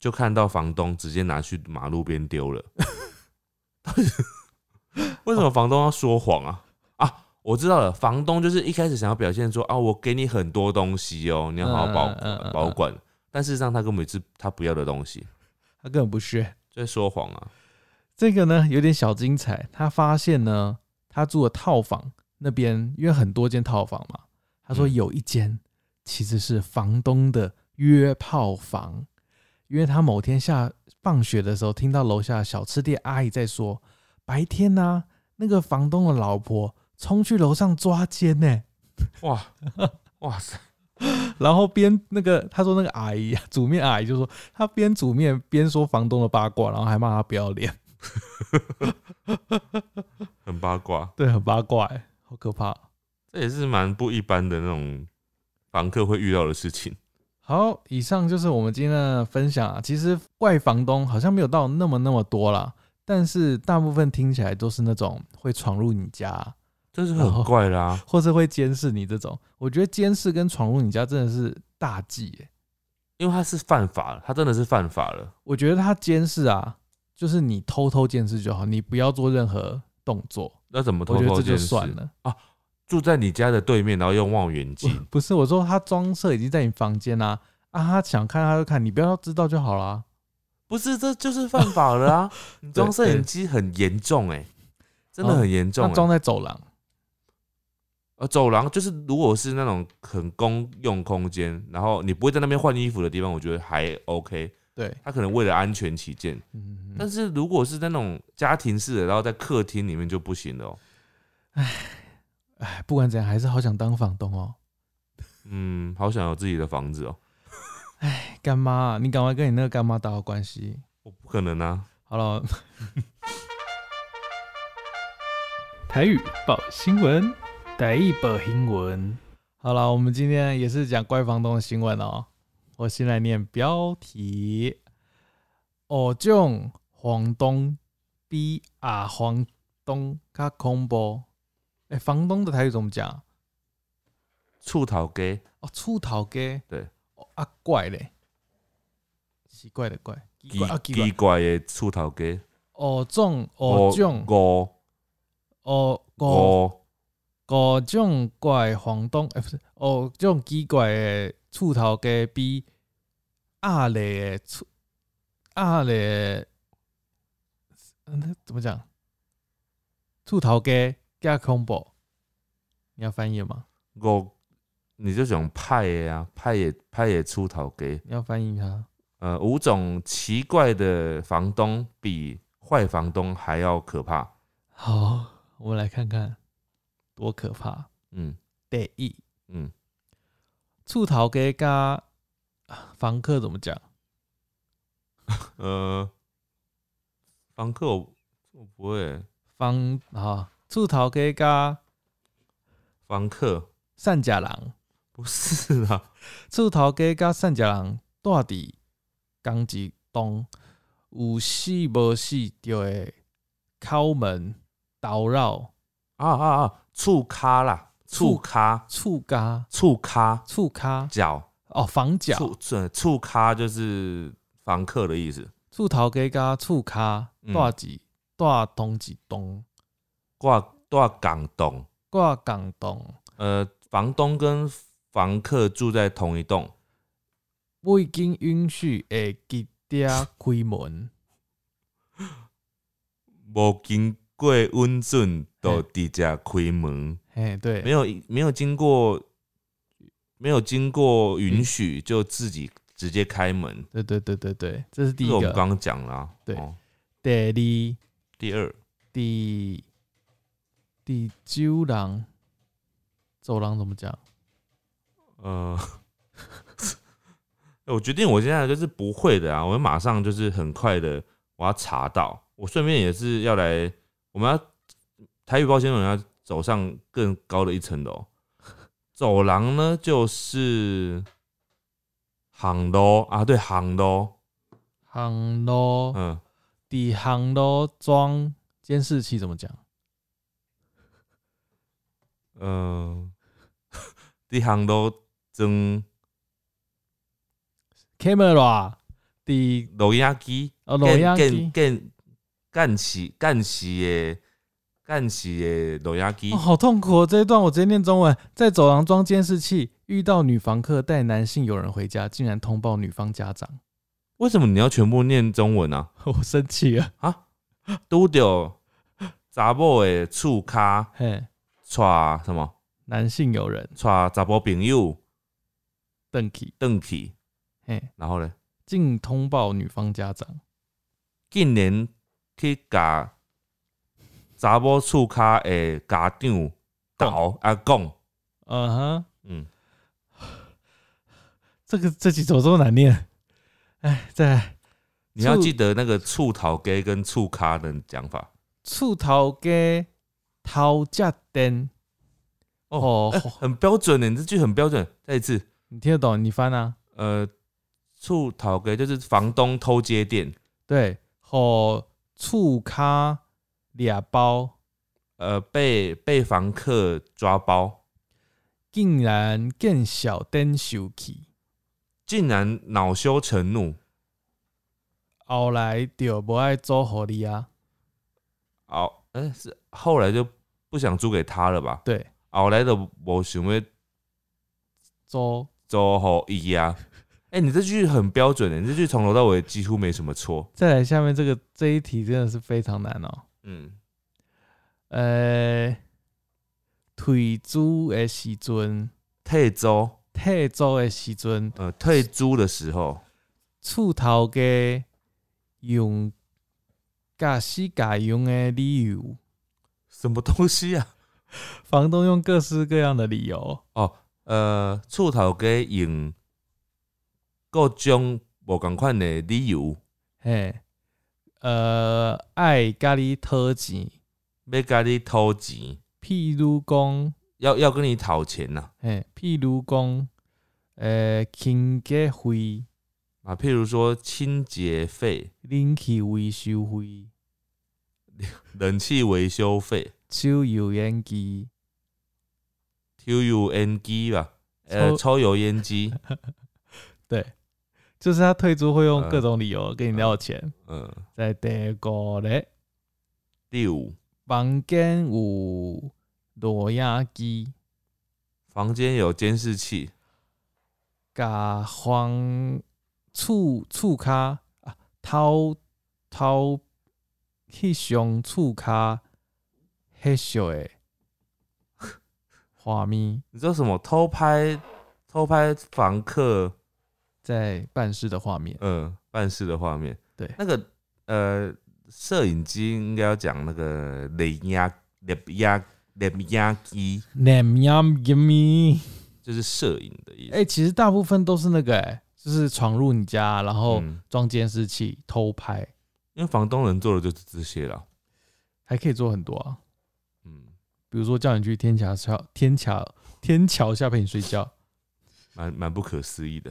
[SPEAKER 2] 就看到房东直接拿去马路边丢了。 *laughs* 为什么房东要说谎啊？啊，我知道了，房东就是一开始想要表现说啊，我给你很多东西哦，你要好好保、
[SPEAKER 1] 嗯嗯嗯嗯嗯
[SPEAKER 2] 保管，但事实上他根本是他不要的东西，
[SPEAKER 1] 他根本不屑。
[SPEAKER 2] 就在说谎啊。
[SPEAKER 1] 这个呢有点小精彩，他发现呢，他住的套房那边因为很多间套房嘛，他说
[SPEAKER 2] 嗯
[SPEAKER 1] 有一间其实是房东的约炮房，因为他某天下放学的时候听到楼下小吃店阿姨在说，白天呢、那个房东的老婆冲去楼上抓奸呢、 *laughs*
[SPEAKER 2] 哇哇塞，
[SPEAKER 1] 然后边那个他说那个阿姨啊煮面阿姨就说他边煮面边说房东的八卦，然后还骂他不要脸，
[SPEAKER 2] *laughs* 很八卦，
[SPEAKER 1] 对，很八卦、欸，好可怕。
[SPEAKER 2] 这也是蛮不一般的那种房客会遇到的事情。
[SPEAKER 1] 好，以上就是我们今天的分享啊。其实怪房东好像没有到那么那么多啦，但是大部分听起来都是那种会闯入你家啊，
[SPEAKER 2] 这是很怪啦、
[SPEAKER 1] 或是会监视你这种。我觉得监视跟闯入你家真的是大忌耶、
[SPEAKER 2] 因为他是犯法了，他真的是犯法了。
[SPEAKER 1] 我觉得他监视啊，就是你偷偷监视就好，你不要做任何动作。
[SPEAKER 2] 那怎么偷
[SPEAKER 1] 我觉得
[SPEAKER 2] 偷
[SPEAKER 1] 这就
[SPEAKER 2] 监视？
[SPEAKER 1] 算了。
[SPEAKER 2] 住在你家的对面，然后用望
[SPEAKER 1] *laughs*
[SPEAKER 2] 远镜，
[SPEAKER 1] 不是我说他装设已经在你房间啦、啊，他想看他就看，你不要知道就好啦。
[SPEAKER 2] 不是，这就是犯法了
[SPEAKER 1] *laughs*
[SPEAKER 2] 啊！你装摄影机很严重哎、真的很严重、
[SPEAKER 1] 他
[SPEAKER 2] 欸。
[SPEAKER 1] 哦装在走廊，
[SPEAKER 2] 呃，走廊就是如果是那种很公用空间，然后你不会在那边换衣服的地方，我觉得还 OK。
[SPEAKER 1] 对，
[SPEAKER 2] 他可能为了安全起见，
[SPEAKER 1] 嗯，
[SPEAKER 2] 但是如果是在那种家庭式的，然后在客厅里面就不行了、哦。
[SPEAKER 1] 哎，不管怎样，还是好想当房东哦。
[SPEAKER 2] 嗯，好想有自己的房子哦，
[SPEAKER 1] 干妈，你赶快跟你那个干妈打好关系。
[SPEAKER 2] 我不可能啊！
[SPEAKER 1] 好了， *laughs* 台语报新闻，台语报新闻。好了，我们今天也是讲怪房东的新闻哦。我先来念标题：哦，种房东比啊房东较恐怖。哎、房东的台语怎么讲？
[SPEAKER 2] 触桃给
[SPEAKER 1] 哦，出头家。
[SPEAKER 2] 对。
[SPEAKER 1] 哦啊怪嘞，奇怪的怪，奇怪啊奇怪
[SPEAKER 2] 奇。怪的触桃给，
[SPEAKER 1] 哦种哦种
[SPEAKER 2] 五
[SPEAKER 1] 哦五
[SPEAKER 2] 五
[SPEAKER 1] 五种怪房东，哎、不是，五种奇怪的厝头家比阿雷的厝阿雷的，嗯那怎么讲？厝头家加恐怖，你要翻译吗？
[SPEAKER 2] 五，你就讲派的啊，派也派也出头给，
[SPEAKER 1] 你要翻译它？
[SPEAKER 2] 呃，五种奇怪的房东比坏房东还要可怕。
[SPEAKER 1] 好，我们来看看多可怕。
[SPEAKER 2] 嗯
[SPEAKER 1] 第一，
[SPEAKER 2] 嗯，
[SPEAKER 1] 厝头家加啊房客怎么讲？
[SPEAKER 2] 呃，房客我我不会欸，
[SPEAKER 1] 房啊，厝头家加
[SPEAKER 2] 房客
[SPEAKER 1] 善假人。
[SPEAKER 2] 不是啊啦，
[SPEAKER 1] 厝头家甲善食人住伫同一栋，有死无死就会敲门叨扰
[SPEAKER 2] 啊啊啊，醋咖啦，醋
[SPEAKER 1] 醋
[SPEAKER 2] 咖，
[SPEAKER 1] 厝家
[SPEAKER 2] 醋咖
[SPEAKER 1] 厝卡
[SPEAKER 2] 脚，
[SPEAKER 1] 哦房角
[SPEAKER 2] 醋醋醋咖就是房客的意思，
[SPEAKER 1] 厝头家甲厝卡
[SPEAKER 2] 嗯
[SPEAKER 1] 住伫住同一栋，
[SPEAKER 2] 挂挂港栋，
[SPEAKER 1] 挂共栋，
[SPEAKER 2] 呃，房东跟房客住在同一栋。
[SPEAKER 1] 未经允许会记嗲开门，
[SPEAKER 2] 无经过温准就直接开门，
[SPEAKER 1] 嘿对，
[SPEAKER 2] 没有没有经过没有经过允
[SPEAKER 1] 嗯
[SPEAKER 2] 许就自己直接开门。
[SPEAKER 1] 对对对对对，这是第一
[SPEAKER 2] 这个我们
[SPEAKER 1] 个。
[SPEAKER 2] 刚刚讲了啊。
[SPEAKER 1] 对
[SPEAKER 2] 哦
[SPEAKER 1] 第二
[SPEAKER 2] 第二，
[SPEAKER 1] 第第九人走廊怎么讲？
[SPEAKER 2] 呃， *laughs* 我决定我现在就是不会的啊，我马上就是很快的，我要查到。我顺便也是要来，我们要台语报新闻要走上更高的一层楼。走廊呢，就是行路啊，对，行路，
[SPEAKER 1] 航路，
[SPEAKER 2] 嗯，
[SPEAKER 1] 底航路装监视器怎么讲？
[SPEAKER 2] 呃， *laughs* 伫行路装
[SPEAKER 1] camera 底
[SPEAKER 2] 录音机，
[SPEAKER 1] 呃录音
[SPEAKER 2] 干
[SPEAKER 1] 机，
[SPEAKER 2] 干干起干起的干起的录音机
[SPEAKER 1] 哦，，好痛苦、哦！这一段我直接念中文，在走廊装监视器，遇到女房客带男性友人回家，竟然通报女方家长，
[SPEAKER 2] 为什么你要全部念中文啊？
[SPEAKER 1] *laughs* 我生气了。
[SPEAKER 2] 都掉查某的厝卡，
[SPEAKER 1] 嘿，
[SPEAKER 2] 娶什么？
[SPEAKER 1] 男性友人
[SPEAKER 2] 娶查甫朋友
[SPEAKER 1] 邓启，
[SPEAKER 2] 转去，
[SPEAKER 1] 嘿，
[SPEAKER 2] 然后呢，
[SPEAKER 1] 竟通报女方家长，
[SPEAKER 2] 竟然去甲查某厝卡的家长导啊讲，
[SPEAKER 1] 嗯哼，
[SPEAKER 2] 嗯，
[SPEAKER 1] 这个这几首这么难念，哎，再来。
[SPEAKER 2] 你要记得那个厝头家跟厝卡的讲法。
[SPEAKER 1] 厝头家头家灯。哦，
[SPEAKER 2] 哎很标准的，你这句很标准。再一次，
[SPEAKER 1] 你听得懂？你翻啊？
[SPEAKER 2] 呃，厝头家就是房东偷接电，
[SPEAKER 1] 对，吼厝卡俩包
[SPEAKER 2] 呃，被被房客抓包，
[SPEAKER 1] 竟然更小灯受气，
[SPEAKER 2] 竟然恼羞成怒，
[SPEAKER 1] 后来就不爱做合理啊，
[SPEAKER 2] 哦，哎、是后来就不想租给他了吧？
[SPEAKER 1] 对，
[SPEAKER 2] 后来的我想要
[SPEAKER 1] 做
[SPEAKER 2] 做好一啊。哎、你这句很标准的、你这句从头到尾几乎没什么错。
[SPEAKER 1] 再来下面这个这一题真的是非常难哦。
[SPEAKER 2] 嗯，
[SPEAKER 1] 呃，退租的时阵，
[SPEAKER 2] 退租，
[SPEAKER 1] 退租的时阵，
[SPEAKER 2] 呃，退租的时候，
[SPEAKER 1] 厝头家用假死假用的理由，
[SPEAKER 2] 什么东西啊？
[SPEAKER 1] 房东用各式各样的理由，
[SPEAKER 2] 呃，厝头家用各种无共款的理由，
[SPEAKER 1] 嘿，呃，爱甲你讨钱，
[SPEAKER 2] 要甲你偷钱，
[SPEAKER 1] 譬如讲，
[SPEAKER 2] 要要跟你讨钱呐、
[SPEAKER 1] 嘿，譬如讲，呃，清洁费、
[SPEAKER 2] 啊。譬如说清洁费、
[SPEAKER 1] 冷气维修费、
[SPEAKER 2] 冷气维修费、
[SPEAKER 1] 抽油烟机、
[SPEAKER 2] 抽油烟机吧，呃，
[SPEAKER 1] 抽
[SPEAKER 2] 抽油烟机，
[SPEAKER 1] 就是他退租会用
[SPEAKER 2] 嗯
[SPEAKER 1] 各种理由跟你要钱。
[SPEAKER 2] 嗯，
[SPEAKER 1] 呃在第五咧，
[SPEAKER 2] 第五，
[SPEAKER 1] 房间有落压机、
[SPEAKER 2] 房间有监视器，
[SPEAKER 1] 甲房厝厝骹啊，偷偷翕相厝骹翕相的画面，
[SPEAKER 2] 你知道什么偷拍偷拍房客
[SPEAKER 1] 在办事的画面，
[SPEAKER 2] 嗯办事的画面？
[SPEAKER 1] 对
[SPEAKER 2] 那个呃，摄影机应该要讲那个雷压雷压雷压机，
[SPEAKER 1] nam yam give me。
[SPEAKER 2] 就是摄影的意思。
[SPEAKER 1] 哎、其实大部分都是那个、哎，就是闯入你家，然后
[SPEAKER 2] 嗯
[SPEAKER 1] 装监视器偷拍，
[SPEAKER 2] 因为房东人做的就是这些了。
[SPEAKER 1] 还可以做很多啊。
[SPEAKER 2] 嗯，
[SPEAKER 1] 比如说叫你去天桥下天桥天桥下陪你睡觉，
[SPEAKER 2] 蛮蛮不可思议的。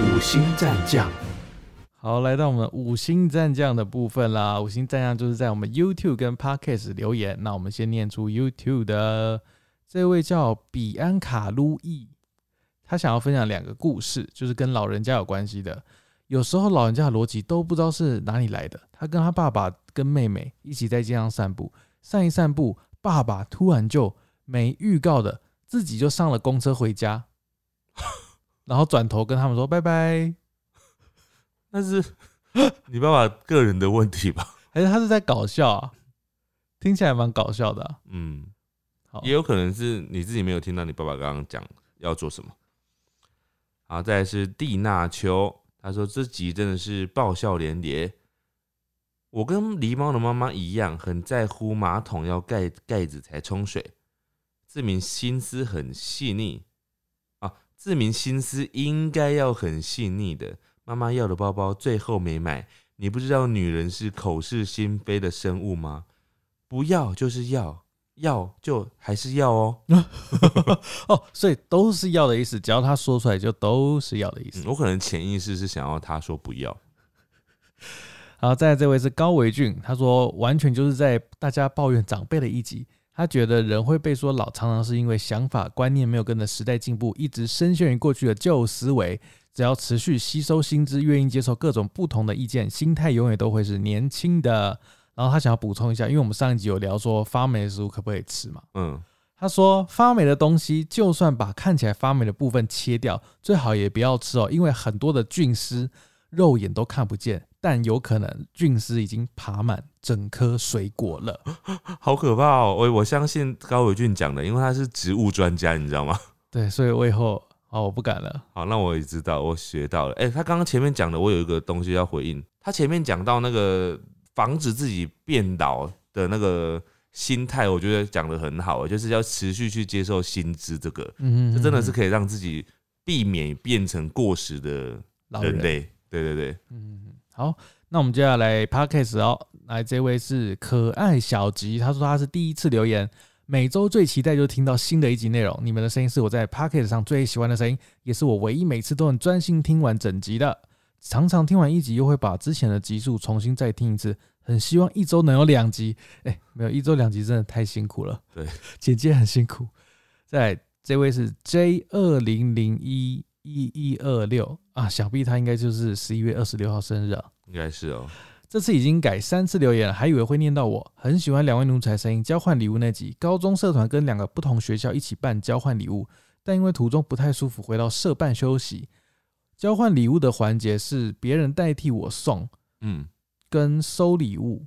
[SPEAKER 3] 五星战将，
[SPEAKER 1] 好，来到我们五星战将的部分啦。五星战将就是在我们 YouTube 跟 Podcast 留言。那我们先念出 YouTube 的这位叫比安卡路易，他想要分享两个故事，就是跟老人家有关系的。有时候老人家的逻辑都不知道是哪里来的。他跟他爸爸跟妹妹一起在街上散步，散一散步，爸爸突然就没预告的自己就上了公车回家，然后转头跟他们说拜拜。
[SPEAKER 2] 但是 *gasps* 你爸爸个人的问题吧？
[SPEAKER 1] 还哎是他是在搞笑啊？听起来蛮搞笑的啊、
[SPEAKER 2] 嗯，
[SPEAKER 1] 好
[SPEAKER 2] 也有可能是你自己没有听到你爸爸刚刚讲要做什么。好，再来是蒂纳秋，他说这集真的是爆笑连连。我跟狸猫的妈妈一样，很在乎马桶要盖盖子才冲水。志明心思很细腻啊，志明心思应该要很细腻的。妈妈要的包包最后没买，你不知道女人是口是心非的生物吗？不要就是要，要就还是要哦。
[SPEAKER 1] 嗯哦，所以都是要的意思，只要他说出来就都是要的意思
[SPEAKER 2] 嗯。我可能潜意识是想要他说不要，
[SPEAKER 1] 好，再来这位是高维俊，他说完全就是在大家抱怨长辈的一集。他觉得人会被说老，常常是因为想法观念没有跟着时代进步，一直深陷于过去的旧思维。只要持续吸收新知，愿意接受各种不同的意见，心态永远都会是年轻的。然后他想要补充一下，因为我们上一集有聊说发霉的食物可不可以吃嘛，
[SPEAKER 2] 嗯，
[SPEAKER 1] 他说，发霉的东西，就算把看起来发霉的部分切掉，最好也不要吃哦，因为很多的菌丝肉眼都看不见，但有可能菌丝已经爬满整颗水果了。
[SPEAKER 2] 好可怕哦！我我相信高伟俊讲的，因为他是植物专家，你知道吗？
[SPEAKER 1] 对，所以我以后哦，我不敢了。
[SPEAKER 2] 好，那我也知道，我学到了。哎、他刚刚前面讲的，我有一个东西要回应。他前面讲到那个防止自己变老的那个心态，我觉得讲的很好，就是要持续去接受新知，这个
[SPEAKER 1] 嗯
[SPEAKER 2] 这真的是可以让自己避免变成过时的
[SPEAKER 1] 老
[SPEAKER 2] 人
[SPEAKER 1] 人。
[SPEAKER 2] 类。对对对，
[SPEAKER 1] 嗯，好，那我们接下来 podcast 哦，来这位是可爱小吉，他说他是第一次留言，每周最期待就是听到新的一集内容，你们的声音是我在 podcast 上最喜欢的声音，也是我唯一每次都很专心听完整集的。常常听完一集又会把之前的集数重新再听一次，很希望一周能有两集。哎、没有一周两集真的太辛苦了，
[SPEAKER 2] 对，
[SPEAKER 1] 剪接很辛苦。再来，这位是 J 二零零一一一二六啊，想必他应该就是十一月二十六号生日啊。
[SPEAKER 2] 应该是哦、
[SPEAKER 1] 这次已经改三次留言了，还以为会念到我。很喜欢两位奴才声音交换礼物那集，高中社团跟两个不同学校一起办交换礼物，但因为途中不太舒服，回到社办休息。交换礼物的环节是别人代替我送
[SPEAKER 2] 嗯
[SPEAKER 1] 跟收礼物，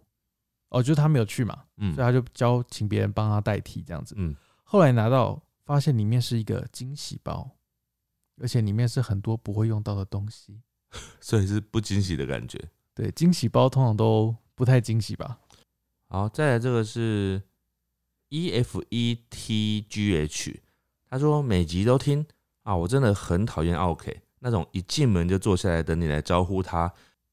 [SPEAKER 1] 哦，就是他啊没有去嘛，
[SPEAKER 2] 嗯
[SPEAKER 1] 所以他就交请别人帮他代替这样子。
[SPEAKER 2] 嗯，
[SPEAKER 1] 后来拿到发现里面是一个惊喜包，而且里面是很多不会用到的东西。
[SPEAKER 2] 所以是不惊喜的感觉。
[SPEAKER 1] 对，惊喜包通常都不太惊喜吧？
[SPEAKER 2] 好，再来这个是 E F E T G H，他说每集都听啊，我真的很讨厌 O K 那种一进门就坐下来等你来招呼他，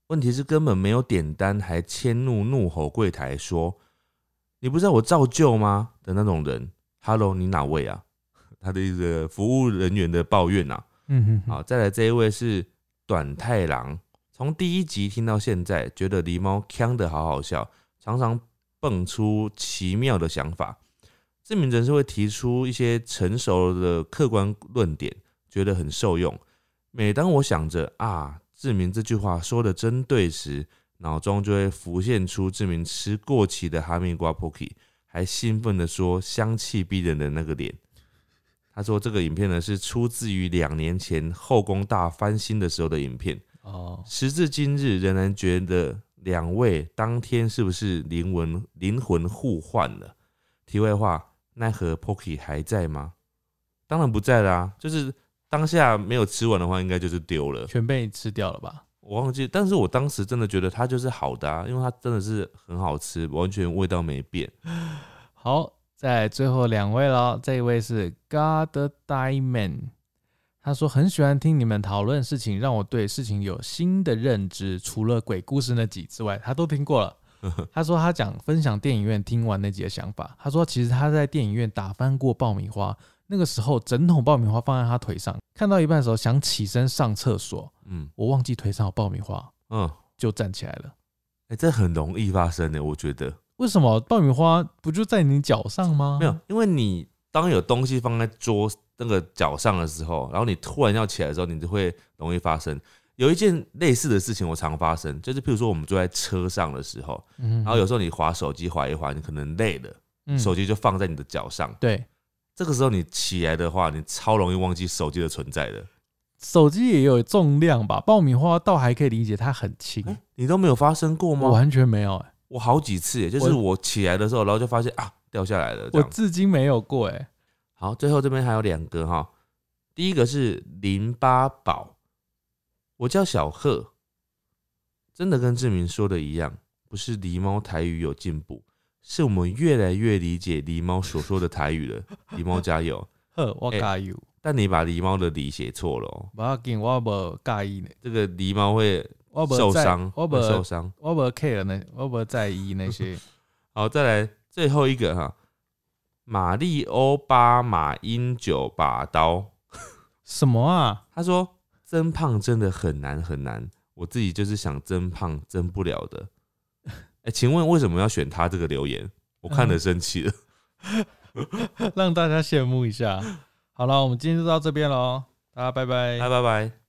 [SPEAKER 2] 问题是根本没有点单，还迁怒怒吼柜台说你不知道我照旧吗的那种人。Hello，你哪位啊？ *laughs* 他的一个服务人员的抱怨啊。
[SPEAKER 1] 嗯哼，
[SPEAKER 2] 好，再来这一位是短太郎，从第一集听到现在，觉得狸猫腔的好好笑，常常蹦出奇妙的想法。志明人是会提出一些成熟的客观论点，觉得很受用。每当我想着啊，志明这句话说的真对时，脑中就会浮现出志明吃过期的哈密瓜 Pocky，还兴奋的说香气逼人的那个脸。他说这个影片呢是出自于两年前后宫大翻新的时候的影片，
[SPEAKER 1] 哦，
[SPEAKER 2] 时至今日仍然觉得两位当天是不是灵魂灵魂互换了？题外话，奈何 Pocky 还在吗？当然不在啦、就是当下没有吃完的话，应该就是丢了。
[SPEAKER 1] 全被你吃掉了吧？
[SPEAKER 2] 我忘记，但是我当时真的觉得它就是好的、啊，因为它真的是很好吃，完全味道没变。
[SPEAKER 1] 好，在最后两位了，这一位是 God Diamond，他说很喜欢听你们讨论事情，让我对事情有新的认知。除了鬼故事那集之外，他都听过
[SPEAKER 2] *laughs*
[SPEAKER 1] 了。他说他讲分享电影院听完那集的想法。他说其实他在电影院打翻过爆米花，那个时候整桶爆米花放在他腿上，看到一半的时候想起身上厕所，
[SPEAKER 2] 嗯
[SPEAKER 1] 我忘记腿上有爆米花，
[SPEAKER 2] 嗯，
[SPEAKER 1] 就站起来了。
[SPEAKER 2] 哎、这很容易发生的、我觉得。
[SPEAKER 1] 为什么爆米花不就在你脚上吗？
[SPEAKER 2] 没有，因为你当有东西放在桌那个脚上的时候，然后你突然要起来的时候，你就会容易发生。有一件类似的事情我常发生，就是譬如说我们坐在车上的时候，
[SPEAKER 1] 嗯，
[SPEAKER 2] 然后有时候你滑手机滑一滑，你可能累了，
[SPEAKER 1] 有
[SPEAKER 2] 手机就放在你的脚上。
[SPEAKER 1] 对，
[SPEAKER 2] 这个时候你起来的话，你超容易忘记手机的存在的。
[SPEAKER 1] 手机也有重量吧？爆米花倒还可以理解，它很轻。
[SPEAKER 2] 哎、你都没有发生过
[SPEAKER 1] 我
[SPEAKER 2] 吗？
[SPEAKER 1] 完全没有、哎，
[SPEAKER 2] 我好几次耶，就是我起来的时候，然后就发现啊掉下来了。这
[SPEAKER 1] 我
[SPEAKER 2] 样。
[SPEAKER 1] 至今没有过、哎，
[SPEAKER 2] 好，最后这边还有两个哈，第一个是淋巴宝，我叫小贺，真的跟志明说的一样，不是狸猫台语有进步，是我们越来越理解狸猫所说的台语了。狸猫加油！
[SPEAKER 1] 呵，我介意，
[SPEAKER 2] 但你把狸猫的狸写错了、哦，
[SPEAKER 1] 不要紧，我不介意呢，
[SPEAKER 2] 这个狸猫会
[SPEAKER 1] 我不
[SPEAKER 2] 受
[SPEAKER 1] 在
[SPEAKER 2] 伤，
[SPEAKER 1] 我不
[SPEAKER 2] 会受伤。
[SPEAKER 1] 我不 care 那，我不在意那
[SPEAKER 2] *laughs*
[SPEAKER 1] 些。
[SPEAKER 2] 好，再来最后一个哈，玛丽欧巴马英九把刀。
[SPEAKER 1] 什么啊？
[SPEAKER 2] 他说增胖真的很难很难，我自己就是想增胖增不了的。哎、请问为什么要选他这个留言？我看了生气了。
[SPEAKER 1] 让大家羡慕一下。好了，我们今天就到这边喽，大家拜拜
[SPEAKER 2] 拜拜拜。